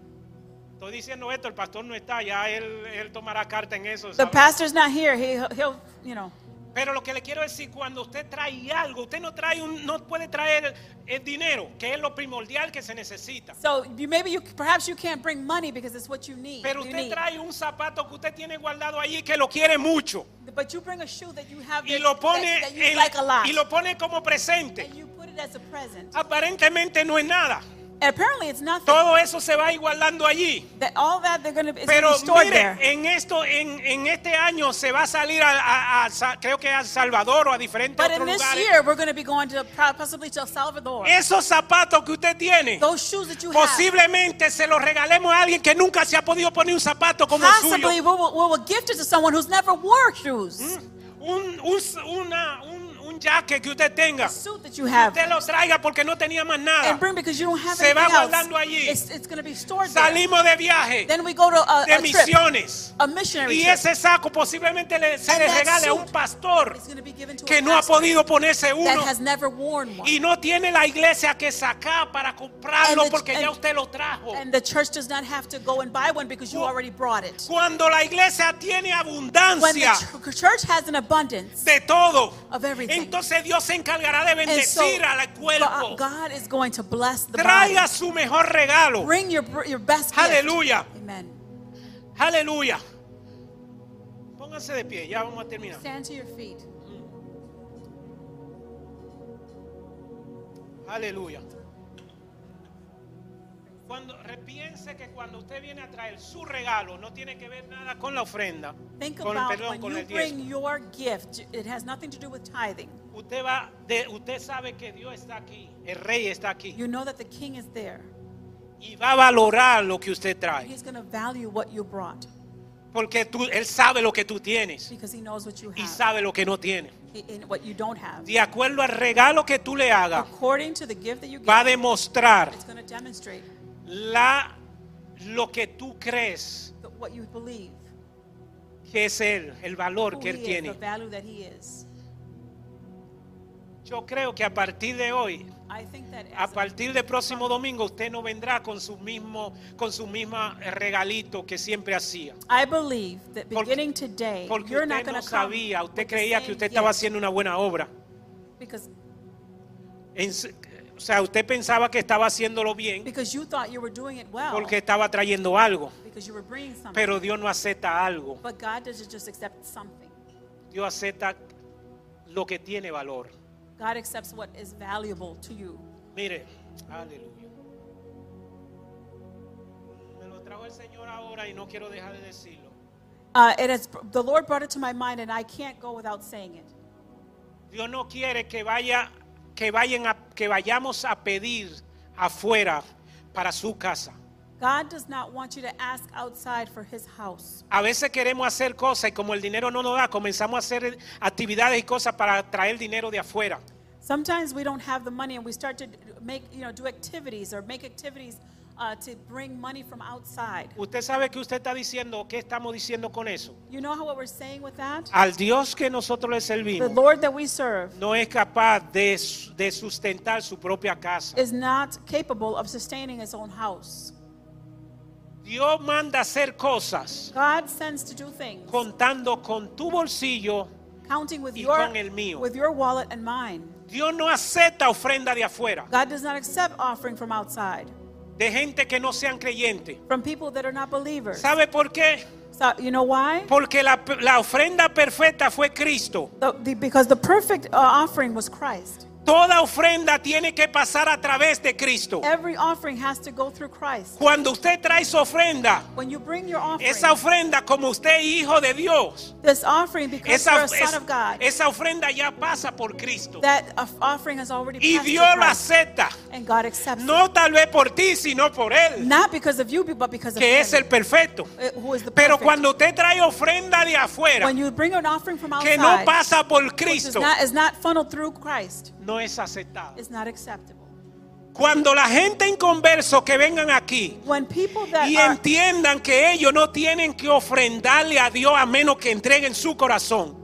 A: Estoy diciendo esto, el pastor no está, ya él, él tomará carta en eso.
B: The
A: ¿sabe?
B: pastor's not here. He, he'll, you know.
A: Pero lo que le quiero decir, cuando usted trae algo, usted no trae un, no puede traer el dinero, que es lo primordial que se necesita.
B: So you, maybe you, perhaps you can't bring money because it's what you need.
A: Pero
B: you
A: usted
B: need.
A: trae un zapato que usted tiene guardado allí que lo quiere mucho
B: But you bring a shoe that you have
A: y
B: that,
A: lo pone
B: that, that you
A: en-
B: like a lot,
A: y lo pone como presente.
B: and you put it as a present.
A: Aparentemente no es nada,
B: And apparently it's nothing.
A: Todo eso se va igualando allí.
B: That all that they're going to be
A: Pero
B: stored
A: mire,
B: there.
A: en esto, en, en este año se va a salir a, a- a Sa- creo que a El Salvador o a diferentes
B: But in
A: otros
B: this
A: lugares.
B: year, we're going to be going to pro- possibly to El Salvador.
A: Esos zapatos que usted tiene,
B: Those shoes that you have,
A: posiblemente se los regalemos a alguien que nunca se ha podido poner un zapato como el suyo.
B: possibly we will, we will gift it to someone who's never wore shoes.
A: Mm. Un, un, una- un, un jacket que usted tenga,
B: Suit that you have,
A: usted lo traiga porque no tenía más nada.
B: and bring because you don't have
A: Se va
B: anything else.
A: guardando allí.
B: It's, it's going to be stored there.
A: Salimos de viaje,
B: Then we go to a,
A: de
B: a trip,
A: misiones.
B: a missionary
A: Y
B: trip.
A: ese saco posiblemente le- se
B: And
A: le
B: that
A: regale a un
B: suit
A: pastor
B: It's going to be given to
A: que
B: a
A: no ha
B: pastor
A: podido ponerse
B: that
A: uno.
B: has never worn one.
A: Y no tiene la iglesia que sacar para comprarlo
B: And the-
A: porque ya
B: and-
A: usted lo trajo.
B: And the church does not have to go and buy one because you
A: Cu-
B: already brought it.
A: Cuando la iglesia tiene
B: When the
A: abundancia
B: ch- church has an abundance
A: de todo,
B: of everything,
A: entonces Dios se encargará de
B: and so
A: bendecir al
B: Go-
A: cuerpo.
B: God is going to bless the body.
A: Traiga su mejor regalo.
B: Bring your br- your best gift.
A: Aleluya,
B: Amen.
A: aleluya. Pónganse de pie, ya vamos a terminar.
B: Stand to your feet.
A: Aleluya. Cuando repiense que cuando usted viene a traer su regalo, no tiene que ver nada con la ofrenda,
B: Think
A: con el
B: about
A: perdón, con
B: when you
A: el diezmo.
B: bring your gift. It has nothing to do with tithing.
A: Usted va, de, usted sabe que Dios está aquí, el Rey está aquí
B: You know that the King is there.
A: y va a valorar lo que usted trae,
B: He's going to value what you brought
A: porque tú, él sabe lo que tú tienes
B: because He knows what you
A: y
B: have
A: sabe lo que no tienes.
B: and what you don't have.
A: De acuerdo al regalo que tú le hagas,
B: According to the gift that you give,
A: va a demostrar
B: it's going to demonstrate
A: la, lo que tú crees
B: the- what you believe,
A: que es él, el valor
B: who
A: que
B: he
A: él
B: is, the
A: tiene.
B: value that He is.
A: Yo creo que a partir de hoy,
B: I think that
A: a
B: as
A: partir del próximo domingo, usted no vendrá con su mismo, con su misma regalito que siempre hacía.
B: I believe that
A: Porque-
B: beginning today,
A: Porque
B: you're not
A: usted
B: going
A: no
B: to come
A: sabía, usted
B: with the
A: creía
B: same
A: que usted estaba
B: gift
A: haciendo una buena obra.
B: because
A: En se- o sea, usted pensaba que estaba haciéndolo bien
B: because you thought you were doing it well
A: porque estaba trayendo algo.
B: because you were bringing something.
A: Pero Dios no acepta algo.
B: but God doesn't just accept something.
A: Dios acepta lo que tiene valor.
B: God accepts what is valuable to you.
A: Mire, aleluya. Me lo trajo el Señor ahora y no quiero dejar de decirlo.
B: Uh, it has, the Lord brought it to my mind, and I can't go without saying it.
A: Dios no quiere que vaya que vayan a- que vayamos a pedir afuera para su casa.
B: God does not want you to ask outside for His house.
A: A veces queremos hacer cosas y como el dinero no nos da, comenzamos a hacer actividades y cosas para traer dinero de afuera.
B: Sometimes we don't have the money, and we start to make you know do activities or make activities uh, to bring money from outside.
A: Usted sabe que usted está diciendo, ¿qué estamos diciendo con eso?
B: You know how what we're saying with that?
A: Al Dios que nosotros le
B: The
A: servimos
B: Lord that we serve
A: no es capaz de, su- de sustentar su propia casa.
B: is not capable of sustaining His own house.
A: Dios manda hacer cosas
B: God sends to do things,
A: contando con tu bolsillo.
B: counting with
A: y
B: your
A: con el mío.
B: with your wallet and mine.
A: Dios no acepta ofrenda de afuera,
B: God does not accept offering from outside,
A: de gente que no sean creyentes.
B: from people that are not believers.
A: ¿Sabe por qué?
B: So you know why?
A: Porque la, la ofrenda perfecta fue Cristo.
B: The- the- because the perfect uh, offering was Christ.
A: Toda ofrenda tiene que pasar a través de Cristo.
B: Every offering has to go through Christ.
A: Cuando usted trae su ofrenda,
B: When you bring your offering,
A: esa ofrenda como usted es hijo de Dios,
B: this offering becomes
A: esa,
B: you're a son
A: es-
B: of God.
A: esa ofrenda ya pasa por Cristo.
B: that of- offering has already
A: Y
B: passed through
A: Dios la
B: Christ,
A: acepta.
B: and God accepts it.
A: No tal vez por ti, sino por Él,
B: Not because of you, but because of
A: que
B: Him,
A: es el perfecto.
B: eh, who is the
A: Pero
B: perfect.
A: cuando usted trae ofrenda de afuera,
B: when you bring an offering from outside,
A: que no pasa por
B: which is
A: Cristo,
B: not, is not funneled through Christ,
A: no es aceptado.
B: is not acceptable.
A: Cuando la gente inconverso que vengan aquí
B: When people that
A: y
B: are,
A: entiendan que ellos no tienen que ofrendarle a Dios a menos que entreguen su corazón.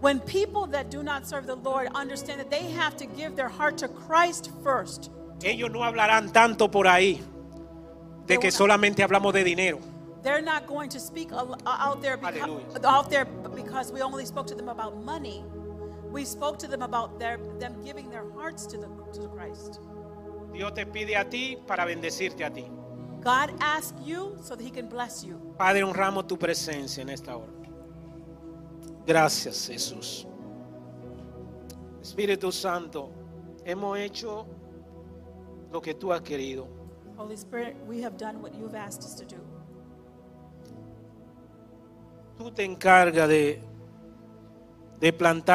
B: when people that do not serve the Lord understand that they have to give their heart to Christ first,
A: Ellos no hablarán tanto por ahí de que solamente hablamos de dinero.
B: they're not going to speak al- out there because,
A: Hallelujah.
B: out there because we only spoke to them about money. We spoke to them about their, them giving their hearts to the to the Christ.
A: Dios te pide a ti para bendecirte a ti.
B: God asks you so that He can bless you.
A: Padre, honramos tu presencia en esta hora. Gracias, Jesús. Espíritu Santo, hemos hecho lo que tú has querido.
B: Holy Spirit, we have done what you've asked us to do.
A: Tú te encargas de, de plantar.